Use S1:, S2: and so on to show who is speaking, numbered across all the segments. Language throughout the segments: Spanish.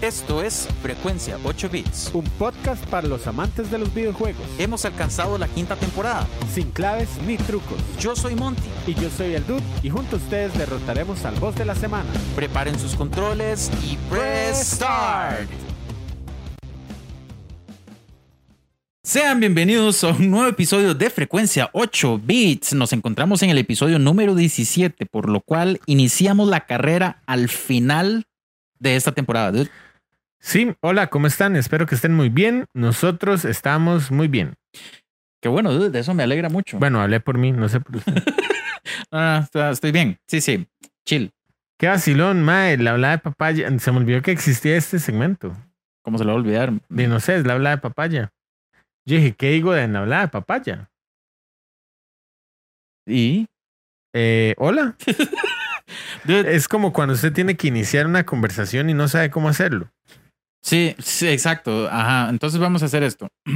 S1: Esto es Frecuencia 8 Bits.
S2: Un podcast para los amantes de los videojuegos,
S1: Hemos alcanzado la quinta temporada.
S2: sin claves ni trucos.
S1: Yo soy Monty.
S2: Y yo soy el Dude y junto a ustedes derrotaremos al boss de la semana.
S1: Preparen sus controles y press start. Sean bienvenidos a un nuevo episodio de Frecuencia 8 Bits. Nos encontramos en el episodio número 17, por lo cual iniciamos la carrera al final de esta temporada. dude.
S3: Sí, hola, ¿cómo están? Espero que estén muy bien. Nosotros estamos muy bien.
S1: Qué bueno, dude, de eso me alegra mucho.
S3: Bueno, hablé por mí, no sé por usted.
S1: Ah, está- estoy bien. Sí, sí. Chill.
S3: Qué vacilón, mae, la habla de papaya. Se me olvidó que existía este segmento.
S1: ¿Cómo se lo va a olvidar?
S3: De no sé, es la habla de papaya. Yo dije, ¿qué digo de la habla de papaya?
S1: Y.
S3: Eh, hola.
S1: Dude,
S3: Es como cuando usted tiene que iniciar una conversación y no sabe cómo hacerlo.
S1: Sí, sí, exacto. Ajá. Entonces vamos a hacer esto.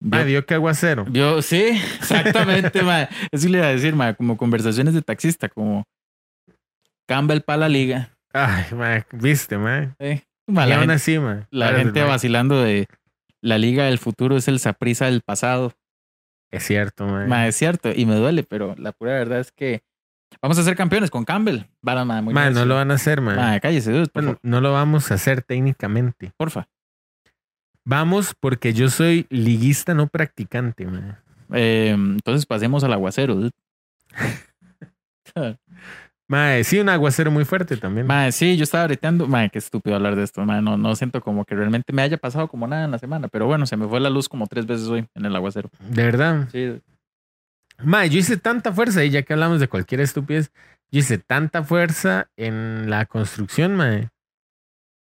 S3: Mae,
S1: Yo,
S3: dio que aguacero.
S1: yo- sí, exactamente, ma. Eso le iba a decir, ma, como conversaciones de taxista, como Campbell para la liga.
S3: Ay, mae, viste, mae.
S1: eh. Ma,
S3: Y
S1: la
S3: aún
S1: gente,
S3: así, mae.
S1: la
S3: Ahora,
S1: gente
S3: mae,
S1: vacilando de la liga del futuro es el saprisa del pasado.
S3: Es cierto, mae.
S1: Ma, es cierto, y me duele, pero la pura verdad es que vamos a ser campeones con Campbell. Vara, ma, muy
S3: Mae,
S1: bien.
S3: no lo van a hacer, mae.
S1: Ma, cállese, dude, por
S3: Bueno,
S1: favor,
S3: no lo vamos a hacer técnicamente.
S1: porfa.
S3: Vamos porque yo soy liguista no practicante, man.
S1: Eh, entonces pasemos al aguacero. dude.
S3: Mae, sí, un aguacero muy fuerte también.
S1: Mae, sí, yo estaba breteando. Mae, qué estúpido hablar de esto. Mae, no, no siento como que realmente me haya pasado como nada en la semana. Pero bueno, se me fue la luz como tres veces hoy en el aguacero.
S3: De verdad.
S1: Sí.
S3: Mae, yo hice tanta fuerza, y ya que hablamos de cualquier estupidez, yo hice tanta fuerza en la construcción, mae,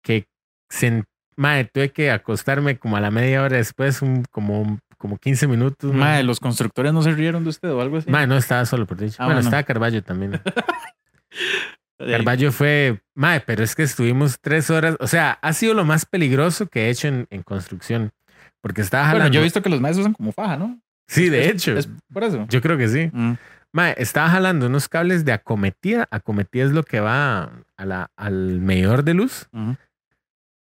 S3: que sen- mae, tuve que acostarme como a la media hora después, un- como, como 15 minutos.
S1: Mae, los constructores no se rieron de usted o algo así.
S3: Mae, no estaba solo, por dicho.
S1: Este, Ah,
S3: bueno,
S1: bueno.
S3: estaba Carballo también.
S1: Eh,
S3: Carballo fue, mae, pero es que estuvimos tres horas, o sea, ha sido lo más peligroso que he hecho en, en construcción, porque estaba
S1: bueno,
S3: jalando.
S1: yo he visto que los maestros usan como faja, ¿no?
S3: sí, de
S1: Es-
S3: hecho,
S1: Es por eso.
S3: yo creo que sí.
S1: Mm.
S3: Mae, estaba jalando unos cables de acometida, acometida es lo que va a la, al medidor de luz.
S1: Ujú.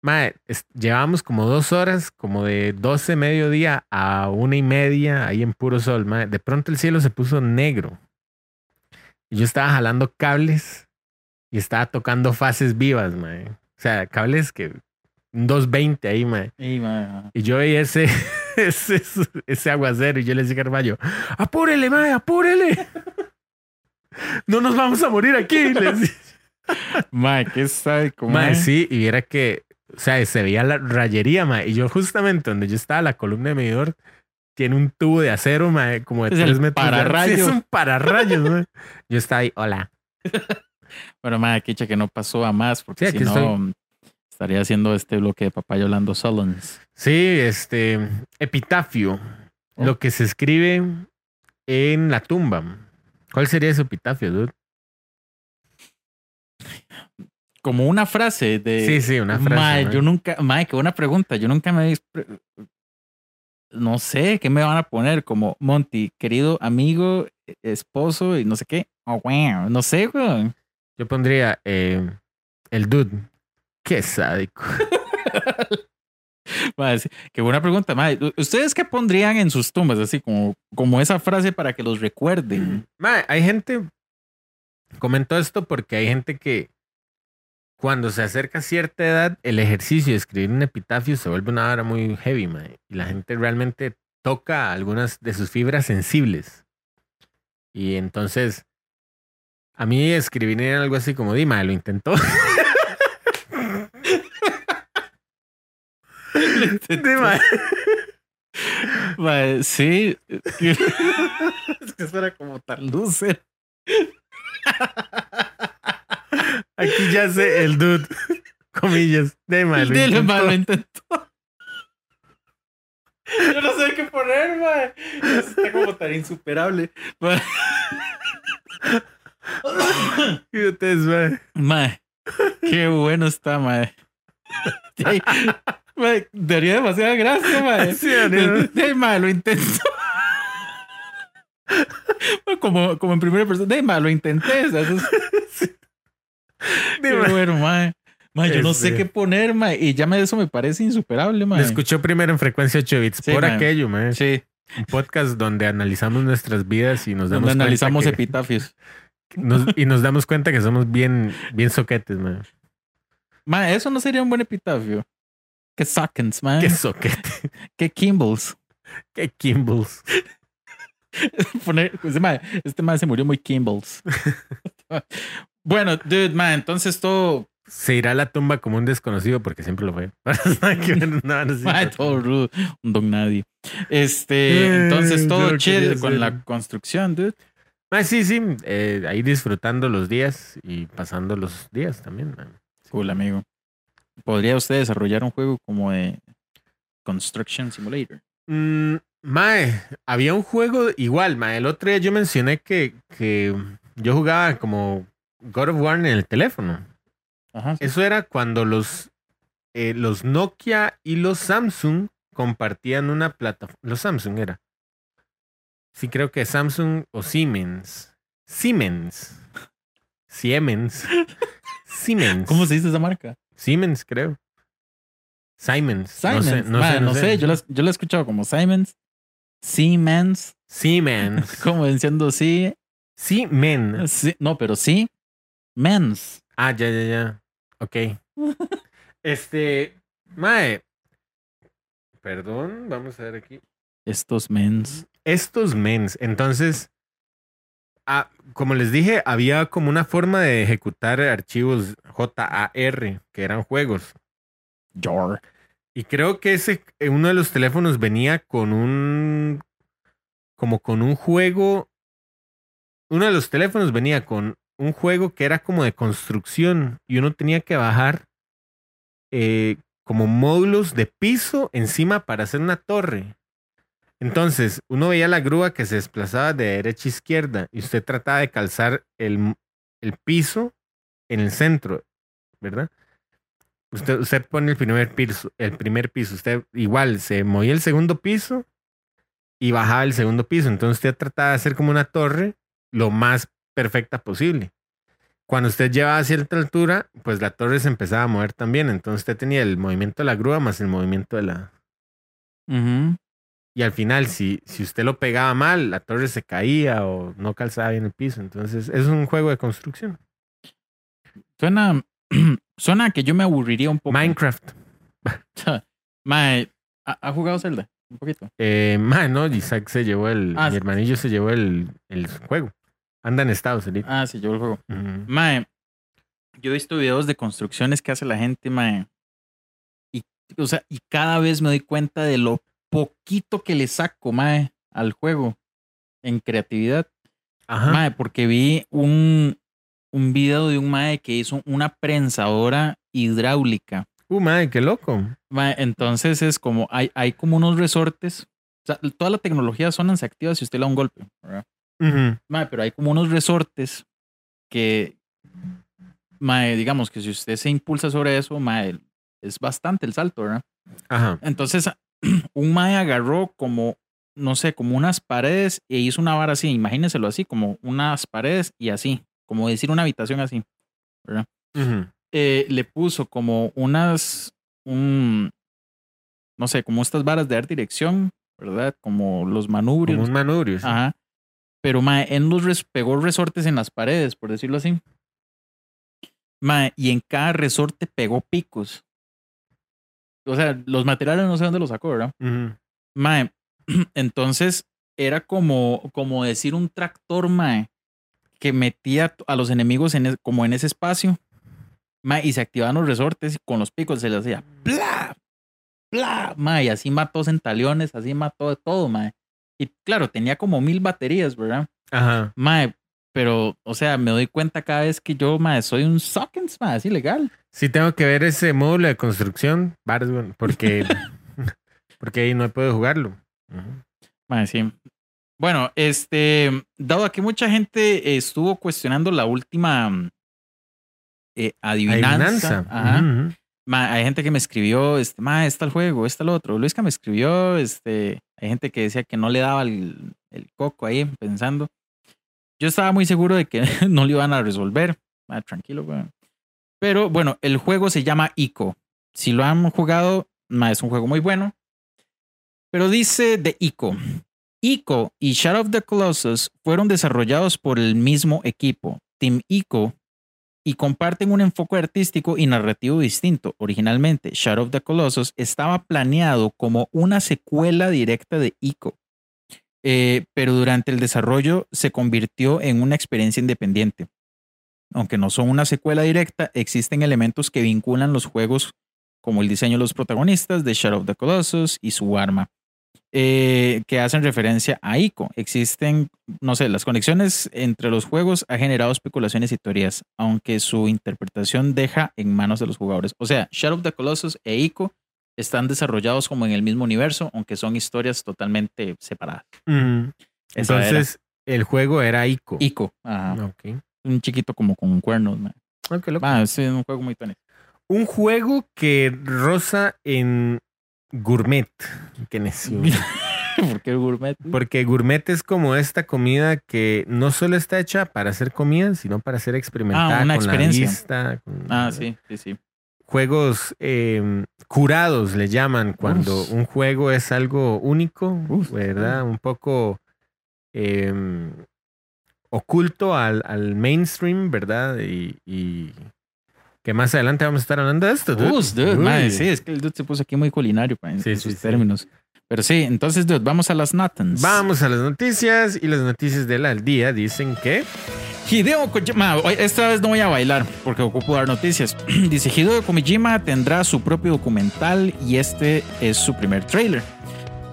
S3: Mae, es- llevamos como dos horas, como de 12 mediodía a una y media, ahí en puro sol. Mae. De pronto el cielo se puso negro. Y yo estaba jalando cables y estaba tocando fases vivas, mae. O sea, cables que un 220 ahí, mae.
S1: Y, mae,
S3: Y yo veía ese, ese, ese aguacero y yo le decía a Carballo, apúrele, mae, apúrele. No nos vamos a morir aquí. le decía.
S1: Mae, qué sádico, mae.
S3: Mae, sí, y viera que, o sea, se veía la rayería, mae. Y yo justamente donde yo estaba, la columna de medidor tiene un tubo de acero, mae, como de
S1: Es el
S3: tres metros. de-
S1: pararrayo.
S3: Sí, es un pararrayos, mae. Yo estaba ahí, hola.
S1: Pero mae, quicha que no pasó a más, porque
S3: Sí,
S1: si
S3: aquí
S1: no
S3: estoy.
S1: estaría haciendo este bloque de papaya hablando Solons.
S3: Sí, este, epitafio,
S1: Oh.
S3: lo que se escribe en la tumba. ¿Cuál sería ese epitafio, dude?
S1: Como una frase de.
S3: sí, sí, una frase.
S1: Eh, Mae,
S3: mae.
S1: yo nunca, mae, qué buena pregunta. Yo nunca me. habéis pre- No sé, ¿qué me van a poner? Como Monty, querido amigo, e- esposo y no sé qué. Oh, wow, no sé, güey.
S3: Yo pondría eh, el dude. Qué sádico.
S1: Mae, sí, qué buena pregunta, mae. U- ¿Ustedes qué pondrían en sus tumbas? Así como, como esa frase para que los recuerden.
S3: Mae, hay gente. Comentó esto porque hay gente que cuando se acerca a cierta edad, el ejercicio de escribir un epitafio se vuelve una hora muy heavy, mae. Y la gente realmente toca algunas de sus fibras sensibles. Y entonces, a mí escribir era algo así como, Dima, lo intentó. Dima.
S1: Mae, sí.
S3: Es que suena como tal.
S1: Lucer.
S3: Aquí ya sé el dude. Comillas. Dema, lo
S1: Dile, mae, lo
S3: intentó.
S1: intentó. Yo no sé qué poner, mae. Eso Está como tan insuperable. Mae.
S3: Y ustedes, mae.
S1: Mae, qué bueno está, mae. Ay, mae, daría demasiada gracia, mae.
S3: Sí, Daniel.
S1: Ay, mae, lo intento. Como, como en primera persona, "Ay, mae, lo intenté. o sea, eso es- qué
S3: Dema.
S1: bueno, mae. Ma, yo no
S3: Este.
S1: sé qué poner, ma, y ya me, eso me parece insuperable, ma.
S3: Lo escuchó primero en frecuencia 8 bits
S1: Sí,
S3: por
S1: mae.
S3: aquello, mae.
S1: Sí,
S3: Un podcast donde analizamos nuestras vidas y nos damos
S1: donde
S3: cuenta
S1: analizamos
S3: que-
S1: epitafios.
S3: que nos- y nos damos cuenta que somos bien, bien soquetes, mae.
S1: Ma, eso no sería un buen epitafio. Que Sockens, ma.
S3: Qué soquete,
S1: Que Kimballs.
S3: qué Kimballs.
S1: Poner- este ma, este ma se murió muy Kimballs. bueno, dude, ma, entonces todo,
S3: Se irá a la tumba como un desconocido porque siempre lo fue. Nada que ver, nada, no es
S1: ma,
S3: cierto.
S1: todo rudo, un don nadie. Este, entonces
S3: Eh, yo
S1: todo
S3: lo quería
S1: chill
S3: hacer.
S1: con la construcción, dude.
S3: Ah, sí, sí. eh, ahí disfrutando los días y pasando los días también. man.
S1: Cool, amigo. ¿Podría usted desarrollar un juego como de Construction Simulator?
S3: Mm, mae, había un juego igual, mae. El otro día yo mencioné que, que yo jugaba como God of War en el teléfono.
S1: Ajá.
S3: Eso era cuando los, eh, los Nokia y los Samsung compartían una plataforma. Los Samsung era. Sí, creo que Samsung o Siemens. Siemens. Siemens. Siemens.
S1: ¿Cómo se dice esa marca?
S3: Siemens, creo. Simons.
S1: Siemens. Ma, No sé, Yo, la, yo la he escuchado como Simons, Siemens,
S3: Siemens.
S1: como diciendo sí,
S3: Siemen.
S1: sí, no, pero sí, Mens.
S3: Ah, ya, ya, ya. Ok. Este. Mae. Perdón, vamos a ver aquí.
S1: Estos Mens.
S3: Estos mens. Entonces. ah, como les dije, había como una forma de ejecutar archivos JAR, que eran juegos.
S1: Yor.
S3: Y creo que ese, eh, uno de los teléfonos venía con un, como con un juego, uno de los teléfonos venía con un juego que era como de construcción y uno tenía que bajar eh, como módulos de piso encima para hacer una torre. Entonces, uno veía la grúa que se desplazaba de derecha a izquierda y usted trataba de calzar el, el piso en el centro, ¿verdad? Usted, usted pone el primer piso, el primer piso, usted igual se movía el segundo piso y bajaba el segundo piso. Entonces usted trataba de hacer como una torre lo más perfecta posible. Cuando usted llevaba a cierta altura, pues la torre se empezaba a mover también. Entonces usted tenía el movimiento de la grúa más el movimiento de la...
S1: Ujú.
S3: Y al final, si, si usted lo pegaba mal, la torre se caía o no calzaba bien el piso. Entonces es un juego de construcción.
S1: Suena, suena a que yo me aburriría un poco.
S3: Minecraft.
S1: Mae, ¿ha, ha jugado Zelda? Un poquito.
S3: Eh, ma, no, Isaac se llevó el.
S1: Ah,
S3: mi
S1: sí.
S3: hermanillo se llevó el, el juego. Anda en estados ahorita.
S1: Ah, sí, yo el juego.
S3: Ujú.
S1: Mae, yo he visto videos de construcciones que hace la gente, mae. Y, o sea, y cada vez me doy cuenta de lo poquito que le saco, mae, al juego en creatividad.
S3: Ajá.
S1: Mae, porque vi un, un video de un mae que hizo una prensadora hidráulica.
S3: Uh, madre, qué loco.
S1: Mae, entonces es como, hay, hay como unos resortes. O sea, toda la tecnología sonan se activa si usted le da un golpe. ¿verdad?
S3: Ujú.
S1: Mae, pero hay como unos resortes que, mae, digamos que si usted se impulsa sobre eso, mae, es bastante el salto, ¿verdad?
S3: Ajá.
S1: Entonces, un mae agarró como, no sé, como unas paredes e hizo una vara así, imagínenselo así, como unas paredes y así, como decir una habitación así.
S3: Ujú.
S1: Eh, le puso como unas, un, no sé, como estas varas de dar dirección, ¿verdad? Como los manubrios.
S3: Como un manubrio. sí.
S1: Ajá. Pero, mae, él nos res- pegó resortes en las paredes, por decirlo así. Mae, y en cada resorte pegó picos. O sea, los materiales no sé dónde los sacó, ¿verdad?
S3: Ujú.
S1: Mae, entonces era como, como decir un tractor, mae, que metía a los enemigos en es- como en ese espacio. Mae, y se activaban los resortes y con los picos se le hacía bla, bla, mae, y así mató centaliones, así mató de todo, mae. Y claro, tenía como mil baterías, ¿verdad?
S3: Ajá.
S1: Mae, pero, o sea, me doy cuenta cada vez que yo, mae, soy un sockens, mae, es ilegal.
S3: Sí, tengo que ver ese módulo de construcción, varas, bueno, porque. porque ahí no puedo jugarlo. Ujú.
S1: Mae, sí. Bueno, este, dado a que mucha gente eh, estuvo cuestionando la última mm, eh, adivinanza.
S3: Adivinanza.
S1: Ajá.
S3: Ujú.
S1: Ma, hay gente que me escribió, este, ma, está el juego, está el otro. Luisca me escribió, este, hay gente que decía que no le daba el, el coco ahí pensando. Yo estaba muy seguro de que no lo iban a resolver. Ma, tranquilo, weón. Pero bueno, el juego se llama Ico. Si lo han jugado, ma, es un juego muy bueno. Pero dice de Ico. Ico y Shadow of the Colossus fueron desarrollados por el mismo equipo, Team Ico, y comparten un enfoque artístico y narrativo distinto. Originalmente, Shadow of the Colossus estaba planeado como una secuela directa de Ico, eh, pero durante el desarrollo se convirtió en una experiencia independiente. Aunque no son una secuela directa, existen elementos que vinculan los juegos, como el diseño de los protagonistas de Shadow of the Colossus y su arma, eh, que hacen referencia a Ico. Existen no sé, las conexiones entre los juegos ha generado especulaciones y teorías, aunque su interpretación deja en manos de los jugadores. O sea, Shadow of the Colossus e Ico están desarrollados como en el mismo universo, aunque son historias totalmente separadas.
S3: Ujú.
S1: Esa era.
S3: Entonces, el juego era Ico.
S1: Ico, ajá,
S3: Ok.
S1: un chiquito como con cuernos. ma.
S3: Ah, qué loco.
S1: Ah, sí, es un juego muy tonel.
S3: Un juego que roza en gourmet. Qué necio.
S1: ¿Por qué el gourmet?
S3: Porque gourmet es como esta comida que no solo está hecha para hacer comida, sino para ser experimentada
S1: Ah, una
S3: con la
S1: experiencia.
S3: vista, con-
S1: Ah, sí, sí, sí.
S3: Juegos eh, curados le llaman cuando
S1: Uf.
S3: un juego es algo único,
S1: Uf.
S3: ¿verdad? Un poco eh, oculto al, al mainstream, ¿verdad? Y, y que más adelante vamos a estar hablando de esto. dude.
S1: Us, dude,
S3: Uy.
S1: mae, sí, es que el dude se puso aquí muy culinario pa, en
S3: Sí, sí,
S1: sus
S3: sí.
S1: términos. Pero sí, entonces, dude, vamos a las Natans.
S3: Vamos a las noticias y las noticias del al día dicen que...
S1: Hideo Kojima, hoy- esta vez no voy a bailar porque ocupo dar noticias. Dice Hideo Kojima tendrá su propio documental y este es su primer trailer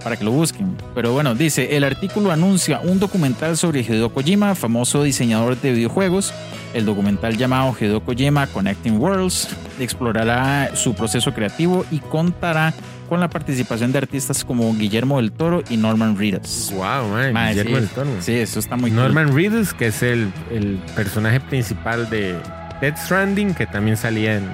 S1: para que lo busquen. Pero bueno, dice, el artículo anuncia un documental sobre Hideo Kojima, famoso diseñador de videojuegos. El documental llamado Hideo Kojima Connecting Worlds explorará su proceso creativo y contará con la participación de artistas como Guillermo del Toro y Norman Reedus.
S3: Wow, man,
S1: Mae,
S3: Guillermo
S1: sí.
S3: del Toro.
S1: Sí, eso está muy cool.
S3: Norman Reedus, que es el, el personaje principal de Death Stranding, que también salía en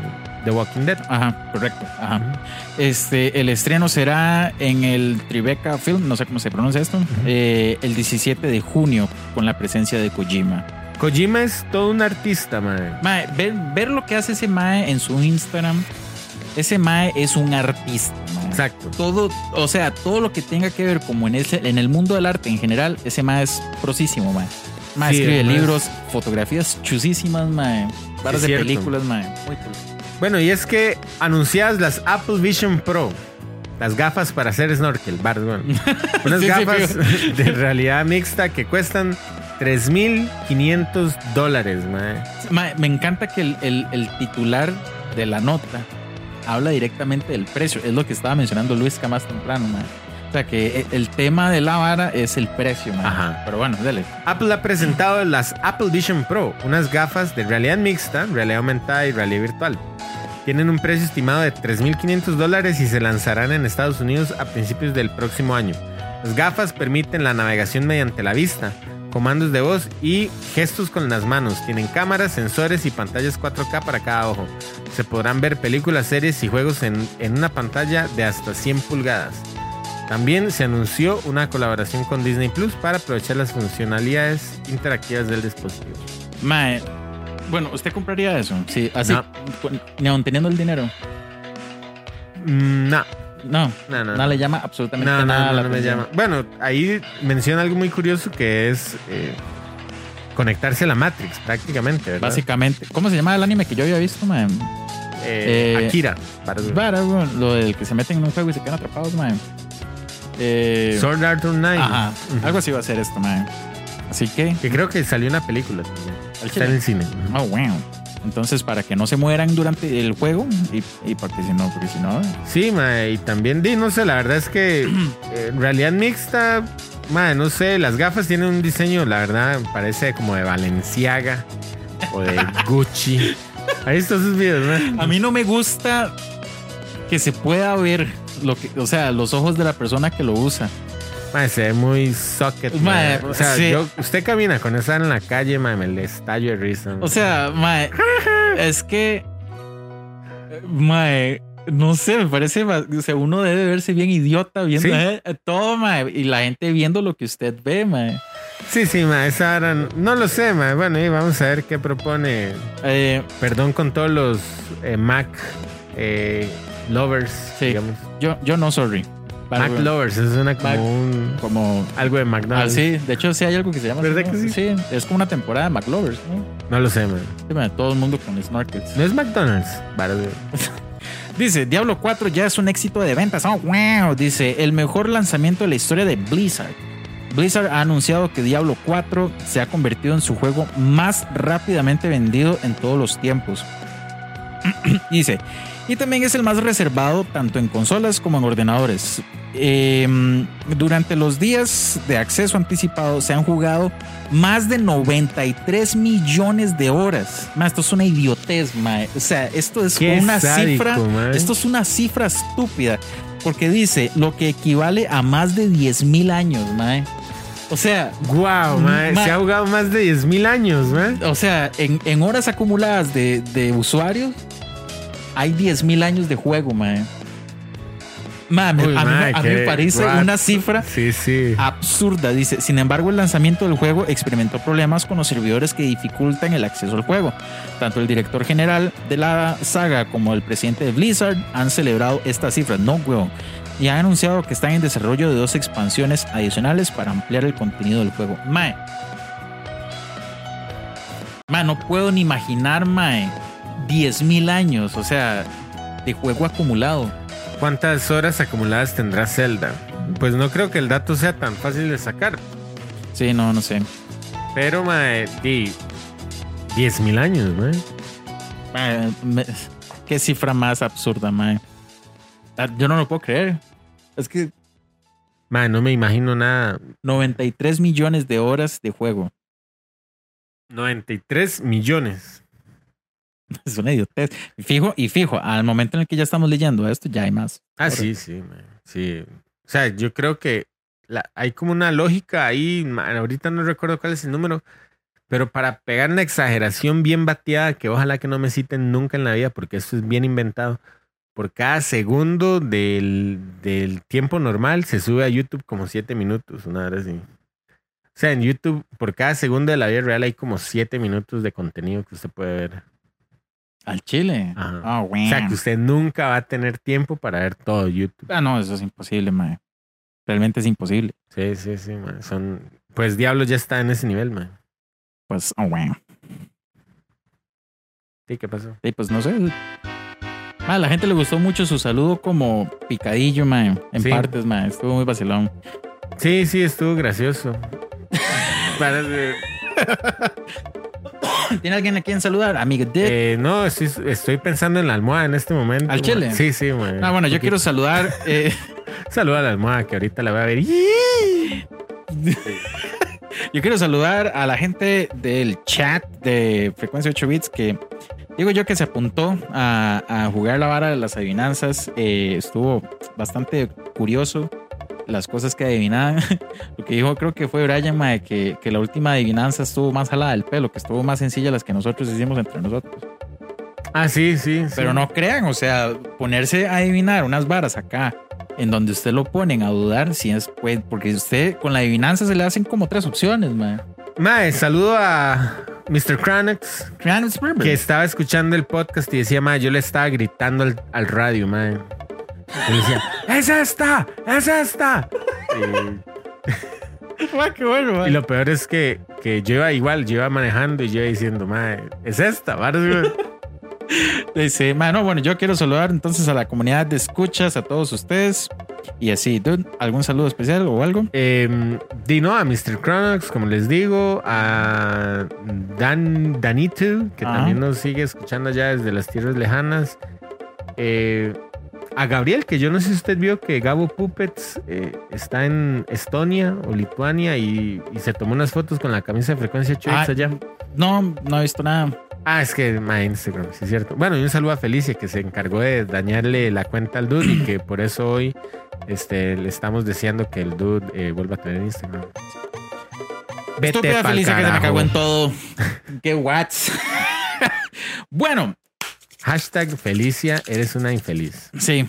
S3: The Walking Dead.
S1: Ajá, correcto. Ajá. Este, el estreno será en el Tribeca Film, no sé cómo se pronuncia esto, eh, el 17 de junio con la presencia de Kojima.
S3: Kojima es todo un artista, man.
S1: Mae, ver, ver lo que hace ese Mae en su Instagram, ese Mae es un artista. mae.
S3: Exacto.
S1: Todo, o sea, todo lo que tenga que ver como en, ese, en el mundo del arte en general, ese Mae es prosísimo, Mae. Mae
S3: Sí,
S1: escribe
S3: el mae es-
S1: libros, fotografías chusísimas, Mae. Varas de
S3: cierto.
S1: películas, Mae.
S3: Bueno, y es que anunciadas las Apple Vision Pro. Las gafas para hacer snorkel, bar, bueno. Unas
S1: Sí, sí,
S3: gafas de realidad mixta que cuestan 3.500 dólares, man.
S1: Ma- me encanta que el, el- el titular de la nota habla directamente del precio. Es lo que estaba mencionando Luis más temprano, ma. O sea, que e- el tema de la vara es el precio, ma.
S3: Ajá.
S1: Pero bueno, dale.
S3: Apple ha presentado las Apple Vision Pro, unas gafas de realidad mixta, realidad aumentada y realidad virtual. Tienen un precio estimado de 3.500 dólares y se lanzarán en Estados Unidos a principios del próximo año. Las gafas permiten la navegación mediante la vista, comandos de voz y gestos con las manos. Tienen cámaras, sensores y pantallas 4K para cada ojo. Se podrán ver películas, series y juegos en, en una pantalla de hasta 100 pulgadas. También se anunció una colaboración con Disney Plus para aprovechar las funcionalidades interactivas del dispositivo.
S1: Ma, eh, bueno, ¿usted compraría eso? Sí, así.
S3: No.
S1: cu- Ni aun teniendo el dinero.
S3: Mm, No,
S1: No,
S3: no, no.
S1: no
S3: no.
S1: le llama absolutamente
S3: No, no,
S1: nada.
S3: no,
S1: la
S3: no me
S1: atención.
S3: llama. Bueno, ahí menciona algo muy curioso que es eh, conectarse a la Matrix prácticamente, ¿verdad?
S1: Básicamente. ¿Cómo se llama el anime que yo había visto, ma?
S3: Eh,
S1: eh,
S3: Akira. para-
S1: Vara, bueno, lo del que se meten en un juego y se quedan atrapados, ma. Eh,
S3: Sword Art Online.
S1: Ajá.
S3: Ujú.
S1: Algo así va a ser esto, man. Así que.
S3: Que creo que salió una película también. Está en el cine. Ujú.
S1: Oh, wow. Entonces, para que no se mueran durante el juego y, y porque si no, porque si no.
S3: Sí, mae, y también di, no sé, la verdad es que eh, realidad mixta, mae, no sé, las gafas tienen un diseño, la verdad, parece como de Valenciaga o de Gucci. Ahí están sus videos, ¿no?
S1: A mí no me gusta que se pueda ver lo que, o sea, los ojos de la persona que lo usa.
S3: Mae, se ve muy socket.
S1: Mae,
S3: mae. O sea,
S1: sí.
S3: yo- usted camina con esa en la calle, mae, me le estallo de risa.
S1: O sea, mae, es que mae, no sé, me parece, ba- o sea, uno debe verse bien idiota viendo
S3: Sí.
S1: eh, todo, mae, y la gente viendo lo que usted ve, mae.
S3: Sí, sí, ma, esa ahora no lo sé, ma. Bueno, y vamos a ver qué propone.
S1: Eh,
S3: Perdón con todos los eh, Mac eh, lovers,
S1: Sí.
S3: digamos.
S1: yo, yo no, sorry. Para-
S3: Mac lovers, es una como
S1: Mac-
S3: un-
S1: como.
S3: algo de
S1: Ah,
S3: McDonald's.
S1: sí, de hecho, sí hay algo que se llama. así,
S3: ¿Verdad
S1: ¿no?
S3: que sí?
S1: es como una temporada de McLovers, ¿no?
S3: No lo sé, ma.
S1: Sí, ma, Todo el mundo con snorkels.
S3: No es McDonald's. Vale.
S1: Dice, Diablo 4 ya es un éxito de ventas. Oh, wow. Dice, el mejor lanzamiento de la historia de Blizzard. Blizzard ha anunciado que Diablo 4 se ha convertido en su juego más rápidamente vendido en todos los tiempos. Dice, y también es el más reservado tanto en consolas como en ordenadores. Eh, durante los días de acceso anticipado se han jugado más de 93 millones de horas. Ma, esto es una idiotez, mae. O sea, esto es
S3: Qué
S1: una
S3: sádico,
S1: cifra.
S3: mae.
S1: Esto es una cifra estúpida. Porque dice lo que equivale a más de 10 mil años, mae. O sea,
S3: Wow, ma.
S1: Ma-
S3: Se ha jugado más de 10.000 años, ma.
S1: o sea, en, en horas acumuladas de, de usuarios, hay 10.000 años de juego, mae. Mae, me-
S3: Uy,
S1: a, mí,
S3: mae,
S1: a mí
S3: qué
S1: me parece
S3: guapo.
S1: una cifra
S3: Sí, sí.
S1: absurda. Dice, sin embargo, el lanzamiento del juego experimentó problemas con los servidores que dificultan el acceso al juego. Tanto el director general de la saga como el presidente de Blizzard han celebrado estas cifras. No, weón. Y han anunciado que están en desarrollo de dos expansiones adicionales para ampliar el contenido del juego. Mae. Mae, no puedo ni imaginar, Mae. 10.000 años, o sea, de juego acumulado.
S3: ¿Cuántas horas acumuladas tendrá Zelda? Pues no creo que el dato sea tan fácil de sacar.
S1: Sí, no, no sé.
S3: Pero, mae, di 10.000 años, mae.
S1: Mae, Ah, me- qué cifra más absurda, mae. Ah, Yo no lo puedo creer. Es que
S3: Mae, no me imagino nada.
S1: 93 millones de horas de juego.
S3: 93 millones.
S1: Es una idiotez. Y Fijo y fijo, al momento en el que ya estamos leyendo esto, ya hay más.
S3: Ah, sí, sí, mae. Sí. O sea, yo creo que la- hay como una lógica ahí. mae, ahorita no recuerdo cuál es el número. Pero para pegar una exageración bien bateada, que ojalá que no me citen nunca en la vida, porque esto es bien inventado. Por cada segundo del, del tiempo normal se sube a YouTube como 7 minutos, una hora así. O sea, en YouTube, por cada segundo de la vida real hay como 7 minutos de contenido que usted puede ver.
S1: Al Chile.
S3: Ajá.
S1: Ah,
S3: O
S1: bueno.
S3: sea, que usted nunca va a tener tiempo para ver todo YouTube.
S1: Ah, no, eso es imposible, mae. Realmente es imposible.
S3: Sí, sí, sí, man. Son. Pues Diablo ya está en ese nivel, man.
S1: Pues, ah, bueno.
S3: Sí, ¿qué pasó?
S1: Y pues no sé. Mae, a la gente le gustó mucho su saludo como picadillo, mae. En
S3: Sí.
S1: partes, mae. Estuvo muy vacilón.
S3: Sí, sí, estuvo gracioso. Para de-
S1: ¿Tiene alguien a quien saludar? Amigo Dick.
S3: eh, no, estoy, estoy pensando en la almohada en este momento.
S1: ¿Al
S3: man.
S1: chile?
S3: Sí, sí, man.
S1: ah, bueno, yo
S3: Porque-
S1: quiero saludar. eh,
S3: Saluda a la almohada que ahorita la voy a ver.
S1: Yo quiero saludar a la gente del chat de Frecuencia 8 Bits que digo yo que se apuntó a, a jugar la vara de las adivinanzas. Eh, estuvo bastante curioso las cosas que adivinaban. Lo que dijo creo que fue Brian mae, que, que la última adivinanza estuvo más jalada del pelo, que estuvo más sencilla las que nosotros hicimos entre nosotros.
S3: Ah, sí, sí. sí.
S1: Pero no crean, o sea, ponerse a adivinar unas varas acá en donde usted lo ponen a dudar, si es pues, porque usted con la adivinanza se le hacen como tres opciones, mae.
S3: Mae, saludo a Mr. Cranax,
S1: Crean es
S3: que estaba escuchando el podcast y decía, mae, yo le estaba gritando al, al radio, mae. Y le decía, ¡Es esta! ¡Es esta! Y-
S1: qué bueno,
S3: Y lo peor es que, que yo iba igual, yo iba manejando y yo iba diciendo, madre, es esta, ¿verdad?"
S1: Dice, mano, bueno, yo quiero saludar entonces a la comunidad de escuchas, a todos ustedes. Y así, dude, ¿algún saludo especial o algo?
S3: Em, Di no a Mr. Cronox, como les digo, a Dan Danito, que
S1: Ajá.
S3: también nos sigue escuchando allá desde las tierras lejanas. Eh, a Gabriel, que yo no sé si usted vio que Gabo Puppets eh, está en Estonia o Lituania y, y se tomó unas fotos con la camisa de frecuencia 8
S1: Ah.
S3: allá.
S1: No, no he visto nada.
S3: Ah, es que ma, Instagram, sí es cierto. Bueno, y un saludo a Felicia que se encargó de dañarle la cuenta al dude y que por eso hoy este, le estamos deseando que el dude eh, vuelva a tener Instagram. Vete
S1: Estúpida
S3: pa'l
S1: feliz que se me
S3: carajo.
S1: cagó en todo. Qué whats. bueno,
S3: Hashtag Felicia, eres una infeliz.
S1: sí.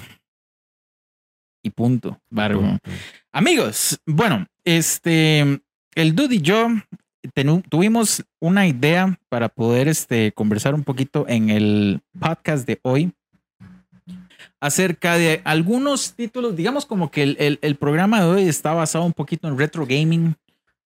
S1: Y punto, barbo.
S3: Punto.
S1: Amigos, bueno, este el dude y yo tenu- tuvimos una idea para poder este, conversar un poquito en el podcast de hoy acerca de algunos títulos, digamos como que el, el- el programa de hoy está basado un poquito en retro gaming,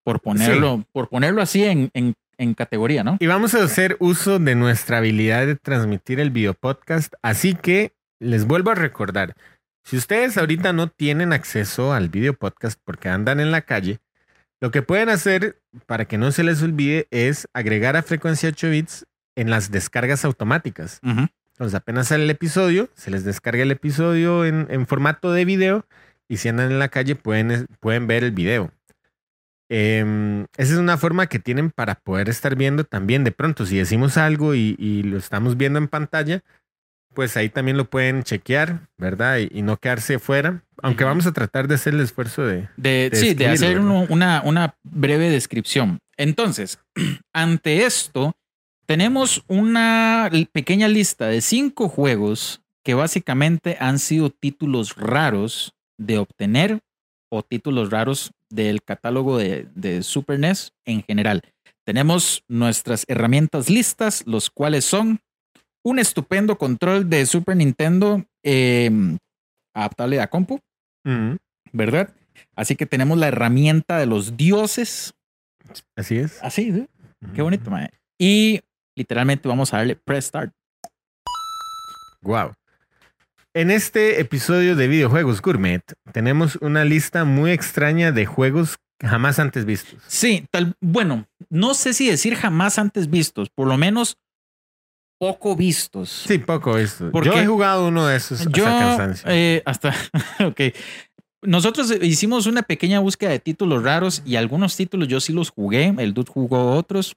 S1: por ponerlo, por ponerlo así en, en- en categoría, ¿no?
S3: Y vamos a hacer uso de nuestra habilidad de transmitir el videopodcast. Así que les vuelvo a recordar, si ustedes ahorita no tienen acceso al videopodcast porque andan en la calle, lo que pueden hacer para que no se les olvide es agregar a frecuencia 8 bits en las descargas automáticas.
S1: Ujú.
S3: Entonces apenas sale el episodio, se les descarga el episodio en, en formato de video y si andan en la calle pueden, pueden ver el video. Em, esa es una forma que tienen para poder estar viendo también de pronto. Si decimos algo y, y lo estamos viendo en pantalla, pues ahí también lo pueden chequear, ¿verdad? Y, y no quedarse fuera. Aunque
S1: Ujú.
S3: vamos a tratar de hacer el esfuerzo de...
S1: De,
S3: de
S1: sí, de
S3: escribirlo,
S1: hacer
S3: ¿no?
S1: uno- una, una breve descripción. Entonces, ante esto, tenemos una l- pequeña lista de cinco juegos que básicamente han sido títulos raros de obtener o títulos raros del catálogo de, de Super NES en general. Tenemos nuestras herramientas listas, los cuales son un estupendo control de Super Nintendo eh, adaptable a compu. ¿verdad? Así que tenemos la herramienta de los dioses.
S3: Así es.
S1: Así, ¿sí? qué bonito, mae. Y literalmente vamos a darle press start.
S3: Wow. En este episodio de Videojuegos Gourmet tenemos una lista muy extraña de juegos jamás antes vistos.
S1: Sí, tal, bueno, no sé si decir jamás antes vistos, por lo menos poco vistos.
S3: Sí, poco esto.
S1: ¿Por
S3: Yo
S1: qué?
S3: he jugado uno de esos
S1: Yo,
S3: hasta el cansancio.
S1: eh, hasta, ok. Nosotros hicimos una pequeña búsqueda de títulos raros y algunos títulos yo sí los jugué, el dude jugó otros,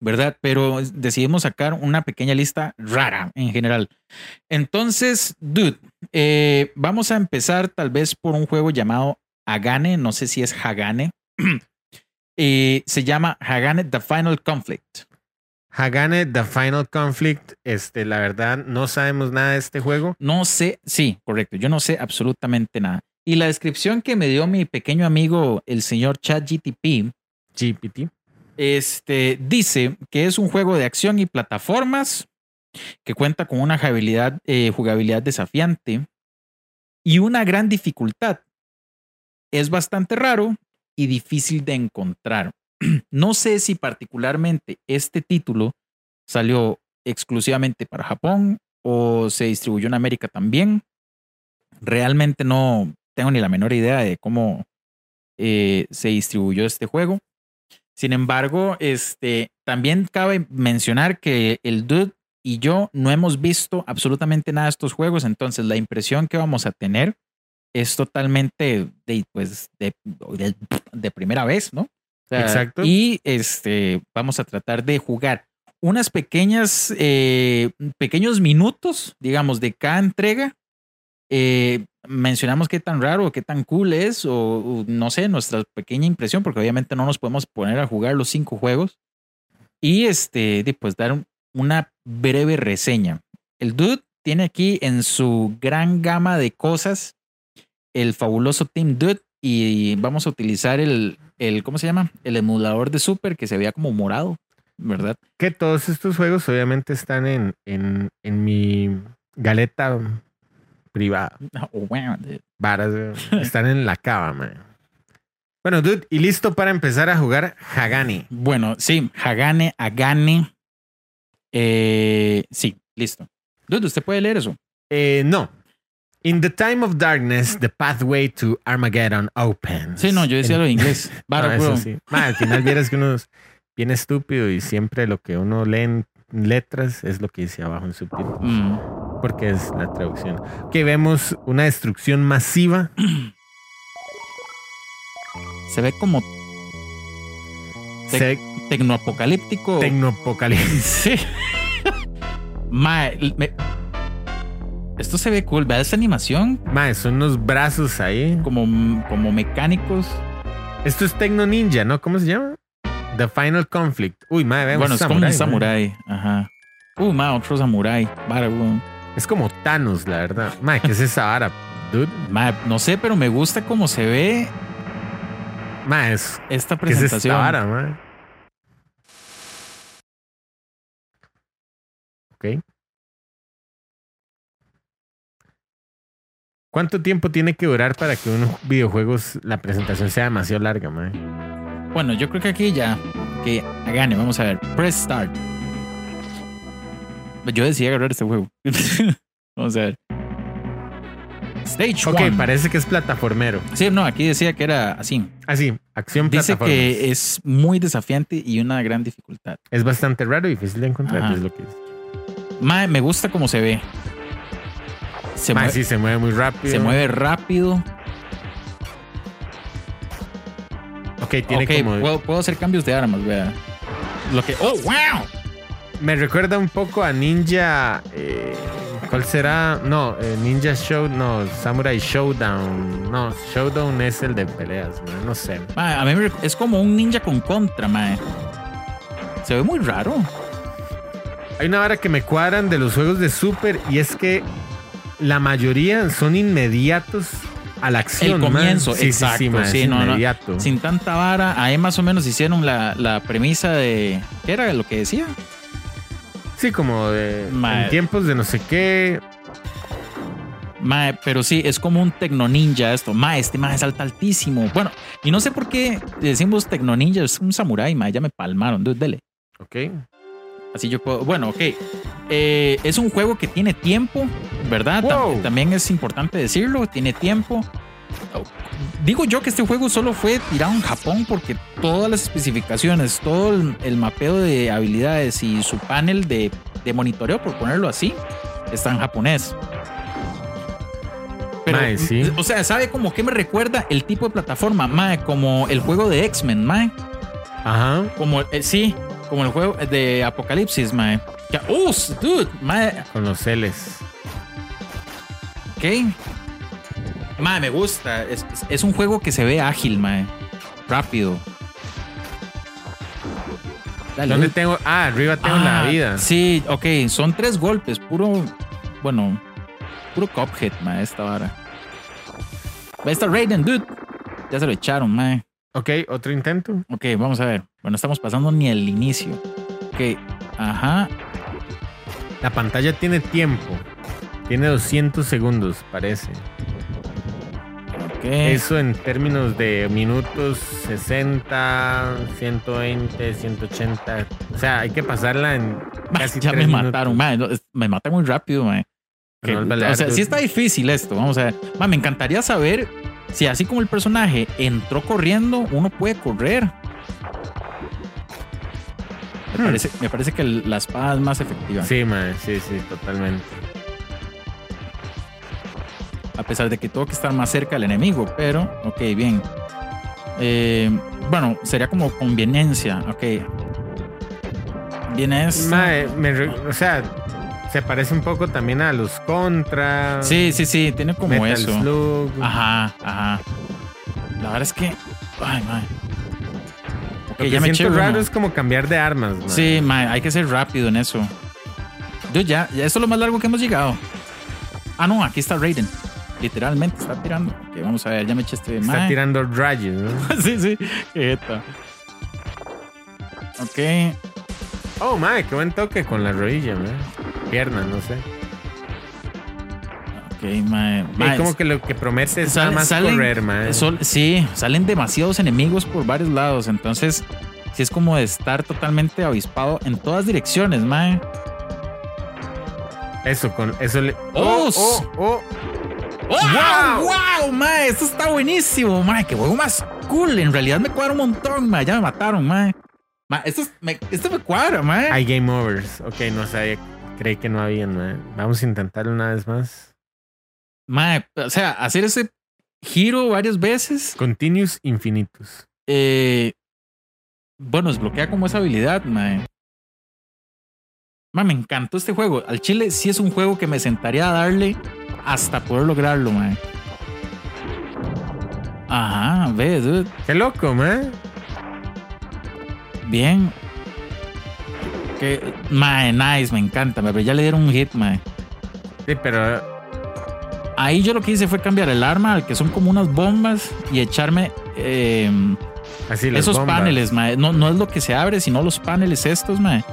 S1: ¿verdad? Pero decidimos sacar una pequeña lista rara en general. Entonces, dude, eh, vamos a empezar tal vez por un juego llamado Hagane, no sé si es Hagane. Eh, se llama Hagane The Final Conflict.
S3: Hagane The Final Conflict. Este, la verdad, no sabemos nada de este juego.
S1: No sé, sí, correcto. Yo no sé absolutamente nada. Y la descripción que me dio mi pequeño amigo, el señor ChatGTP,
S3: GPT.
S1: este, dice que es un juego de acción y plataformas que cuenta con una jugabilidad, eh, jugabilidad desafiante y una gran dificultad. Es bastante raro y difícil de encontrar. No sé si particularmente este título salió exclusivamente para Japón o se distribuyó en América también. Realmente no tengo ni la menor idea de cómo eh, se distribuyó este juego. Sin embargo, este, también cabe mencionar que el dude y yo no hemos visto absolutamente nada de estos juegos, entonces la impresión que vamos a tener es totalmente de, pues, de, de- de primera vez, ¿no? O sea,
S3: Exacto.
S1: Y este, vamos a tratar de jugar unas pequeñas, eh, pequeños minutos, digamos, de cada entrega. Eh, mencionamos qué tan raro, qué tan cool es, o, o no sé, nuestra pequeña impresión, porque obviamente no nos podemos poner a jugar los cinco juegos. Y este, de, pues dar un- una breve reseña. El dude tiene aquí en su gran gama de cosas el fabuloso Team Dude y vamos a utilizar el, el ¿cómo se llama? El emulador de Super que se veía como morado, ¿verdad?
S3: Que todos estos juegos obviamente están en, en, en mi galeta privada.
S1: Oh, wow, dude.
S3: Varas, eh, están en la cava, man. Bueno, dude, y listo para empezar a jugar Hagane.
S1: Bueno, sí, Hagane, Hagane. Eh, sí, listo. Dude, usted puede leer eso.
S3: Eh, no. In the time of darkness, the pathway to Armageddon opens.
S1: Mm. Sí, no, yo decía
S3: En-
S1: lo de inglés. Baro,
S3: Ah, eso
S1: bro.
S3: sí. Ma, al final vieras que uno es bien estúpido y siempre lo que uno lee en letras es lo que dice abajo en subtítulos,
S1: Mm.
S3: porque es la traducción. Que vemos una destrucción masiva.
S1: Se ve como Tec-
S3: se-
S1: tecnoapocalíptico.
S3: Tecnopocalipsis.
S1: sí. Mae, me- Esto se ve cool. Vea esa animación
S3: Ma, son unos brazos ahí.
S1: como, como mecánicos.
S3: Esto es Tecno Ninja, ¿no? ¿Cómo se llama? The Final Conflict. Uy, madre, vemos
S1: bueno, es como un
S3: samurái, ma.
S1: samurái. Ajá. Uh, mae, otro samurái. Vara, weón.
S3: Es como Thanos, la verdad. Ma, ¿qué es esa vara, dude?
S1: Mae, no sé, pero me gusta cómo se ve.
S3: Ma, es,
S1: Esta
S3: ¿qué es esta
S1: presentación.
S3: vara, ma? Ok. ¿Cuánto tiempo tiene que durar para que unos videojuegos la presentación sea demasiado larga, ma?
S1: Bueno, yo creo que aquí ya. Que gane, vamos a ver. Press start. Yo decidí agarrar este juego. vamos a ver. Stage
S3: Ok,
S1: one.
S3: parece que es plataformero.
S1: Sí, no, aquí decía que era así.
S3: Así, acción
S1: Dice
S3: plataforma.
S1: que es muy desafiante y una gran dificultad.
S3: Es bastante raro y difícil de encontrar,
S1: Ajá.
S3: es lo que es.
S1: Mae, me gusta cómo se ve. Se,
S3: Ma,
S1: mueve,
S3: sí, eh. se mueve muy rápido.
S1: se mueve rápido.
S3: Ok, tiene
S1: Ok,
S3: como.
S1: puedo, puedo hacer cambios de armas, vea. Lo que. ¡Oh, wow!
S3: Me recuerda un poco a Ninja. eh, ¿Cuál será? No, eh, Ninja Show. No, Samurai Showdown. No, Showdown es el de peleas, man, no sé.
S1: Mae, a mí me rec- es como un ninja con contra, mae. Se ve muy raro.
S3: Hay una vara que me cuadran de los juegos de Super y es que la mayoría son inmediatos a la acción.
S1: El
S3: man.
S1: comienzo,
S3: sí,
S1: exacto.
S3: Sí, sí, man, es
S1: sí, no, no.
S3: inmediato.
S1: Sin tanta vara, ahí más o menos hicieron la, la premisa de. ¿Qué era lo que decía?
S3: Sí, como de,
S1: Ma-
S3: en tiempos de no sé qué.
S1: Mae, pero sí, es como un tecno ninja esto. Mae, este mae salta altísimo. Bueno, y no sé por qué decimos tecno ninja, es un samurái, mae, ya me palmaron, dude, dele.
S3: Ok.
S1: Así yo puedo. Bueno, ok. Eh, es un juego que tiene tiempo, ¿verdad? Tam-
S3: Wow.
S1: también es importante decirlo, tiene tiempo. Oh, Digo yo que este juego solo fue tirado en Japón porque todas las especificaciones, todo el, el mapeo de habilidades y su panel de, de monitoreo, por ponerlo así, está en japonés. Pero,
S3: Mae, sí.
S1: o sea, ¿sabe como que me recuerda el tipo de plataforma? Mae, como el juego de X-Men, Mae.
S3: Ajá.
S1: Como, eh, sí, como el juego de Apocalipsis, mae. Ya, ¡Uh, dude! Mae,
S3: Con los L's.
S1: ok. Mae, me gusta. Es, es- es un juego que se ve ágil, mae. Rápido. Dale,
S3: ¿Dónde
S1: dude.
S3: tengo? Ah, arriba tengo
S1: Ah,
S3: la vida.
S1: Sí, ok. Son tres golpes. Puro, bueno, puro Cuphead, mae, esta vara. Ahí está Raiden, dude. Ya se lo echaron, mae.
S3: Ok, otro intento.
S1: Ok, vamos a ver. Bueno, estamos pasando ni el inicio. Ok, ajá.
S3: La pantalla tiene tiempo. Tiene 200 segundos, parece.
S1: Ok.
S3: Eso en términos de minutos 60, 120, 180. O sea, hay que pasarla en
S1: Ma,
S3: casi
S1: ya me
S3: tres minutos.
S1: mataron, ma, no, es- me mata muy rápido, ma. Que-
S3: No, el
S1: o sea,
S3: Baleardo-
S1: sí está difícil esto, vamos a ver. Ma, me encantaría saber si así como el personaje entró corriendo, uno puede correr. Me,
S3: Hmm.
S1: parece, me parece que el- la espada es más efectiva,
S3: Sí, man, sí, sí, totalmente.
S1: a pesar de que tengo que estar más cerca del enemigo, pero, ok, bien. Eh, bueno, sería como conveniencia, ok. Vienes...
S3: Ma, eh, me re- o sea, se parece un poco también a los Contra.
S1: Sí, sí, sí, tiene como
S3: Metal
S1: eso. Ah,
S3: Slug.
S1: Ajá, ajá. La verdad es que. Ay, mae. Ok,
S3: Lo que
S1: ya me eché
S3: siento
S1: uno.
S3: raro es como cambiar de armas, man.
S1: Sí, mae, hay que ser rápido en eso. Yo ya, ya eso es lo más largo que hemos llegado. Ah, no, aquí está Raiden. Literalmente está tirando. Ok, vamos a ver, ya me eché este
S3: Está
S1: mae.
S3: tirando rayos, ¿no?
S1: sí, sí. Qué jeta. Ok.
S3: Oh, madre, qué buen toque con la rodilla, man. Pierna, no sé.
S1: Ok, mae.
S3: Es
S1: Mae,
S3: como que lo que promete es nada
S1: Sale-
S3: más
S1: salen-
S3: correr, man.
S1: sol- sí, salen demasiados enemigos por varios lados, entonces sí es como de estar totalmente avispado en todas direcciones, mae.
S3: Eso, con eso le.
S1: ¡Oh!
S3: ¡Oh! ¡Oh! oh.
S1: ¡Wow!
S3: ¡Wow!
S1: ¡Wow, mae! Esto está buenísimo, mae. ¡Qué juego más cool! En realidad me cuadra un montón, mae. Ya me mataron, mae. Mae, esto, es- me, esto me cuadra, mae.
S3: Hay game overs. Ok, no sabía. Creí que no habían, man. Vamos a intentarlo una vez más.
S1: Mae, o sea, hacer ese giro varias veces.
S3: Continuous infinitos.
S1: eh, bueno, desbloquea como esa habilidad, mae. Mae, me encantó este juego. Al chile sí es un juego que me sentaría a darle hasta poder lograrlo, mae. Ajá, ve, dude.
S3: Qué loco, man.
S1: Bien. Que, mae, nice, me encanta, mae, pero ya le dieron un hit, mae.
S3: Sí, pero.
S1: Ahí yo lo que hice fue cambiar el arma, al que son como unas bombas, y echarme eh,
S3: Así las
S1: Esos
S3: bombas.
S1: paneles, mae, no, no es lo que se abre, sino los paneles estos, mae.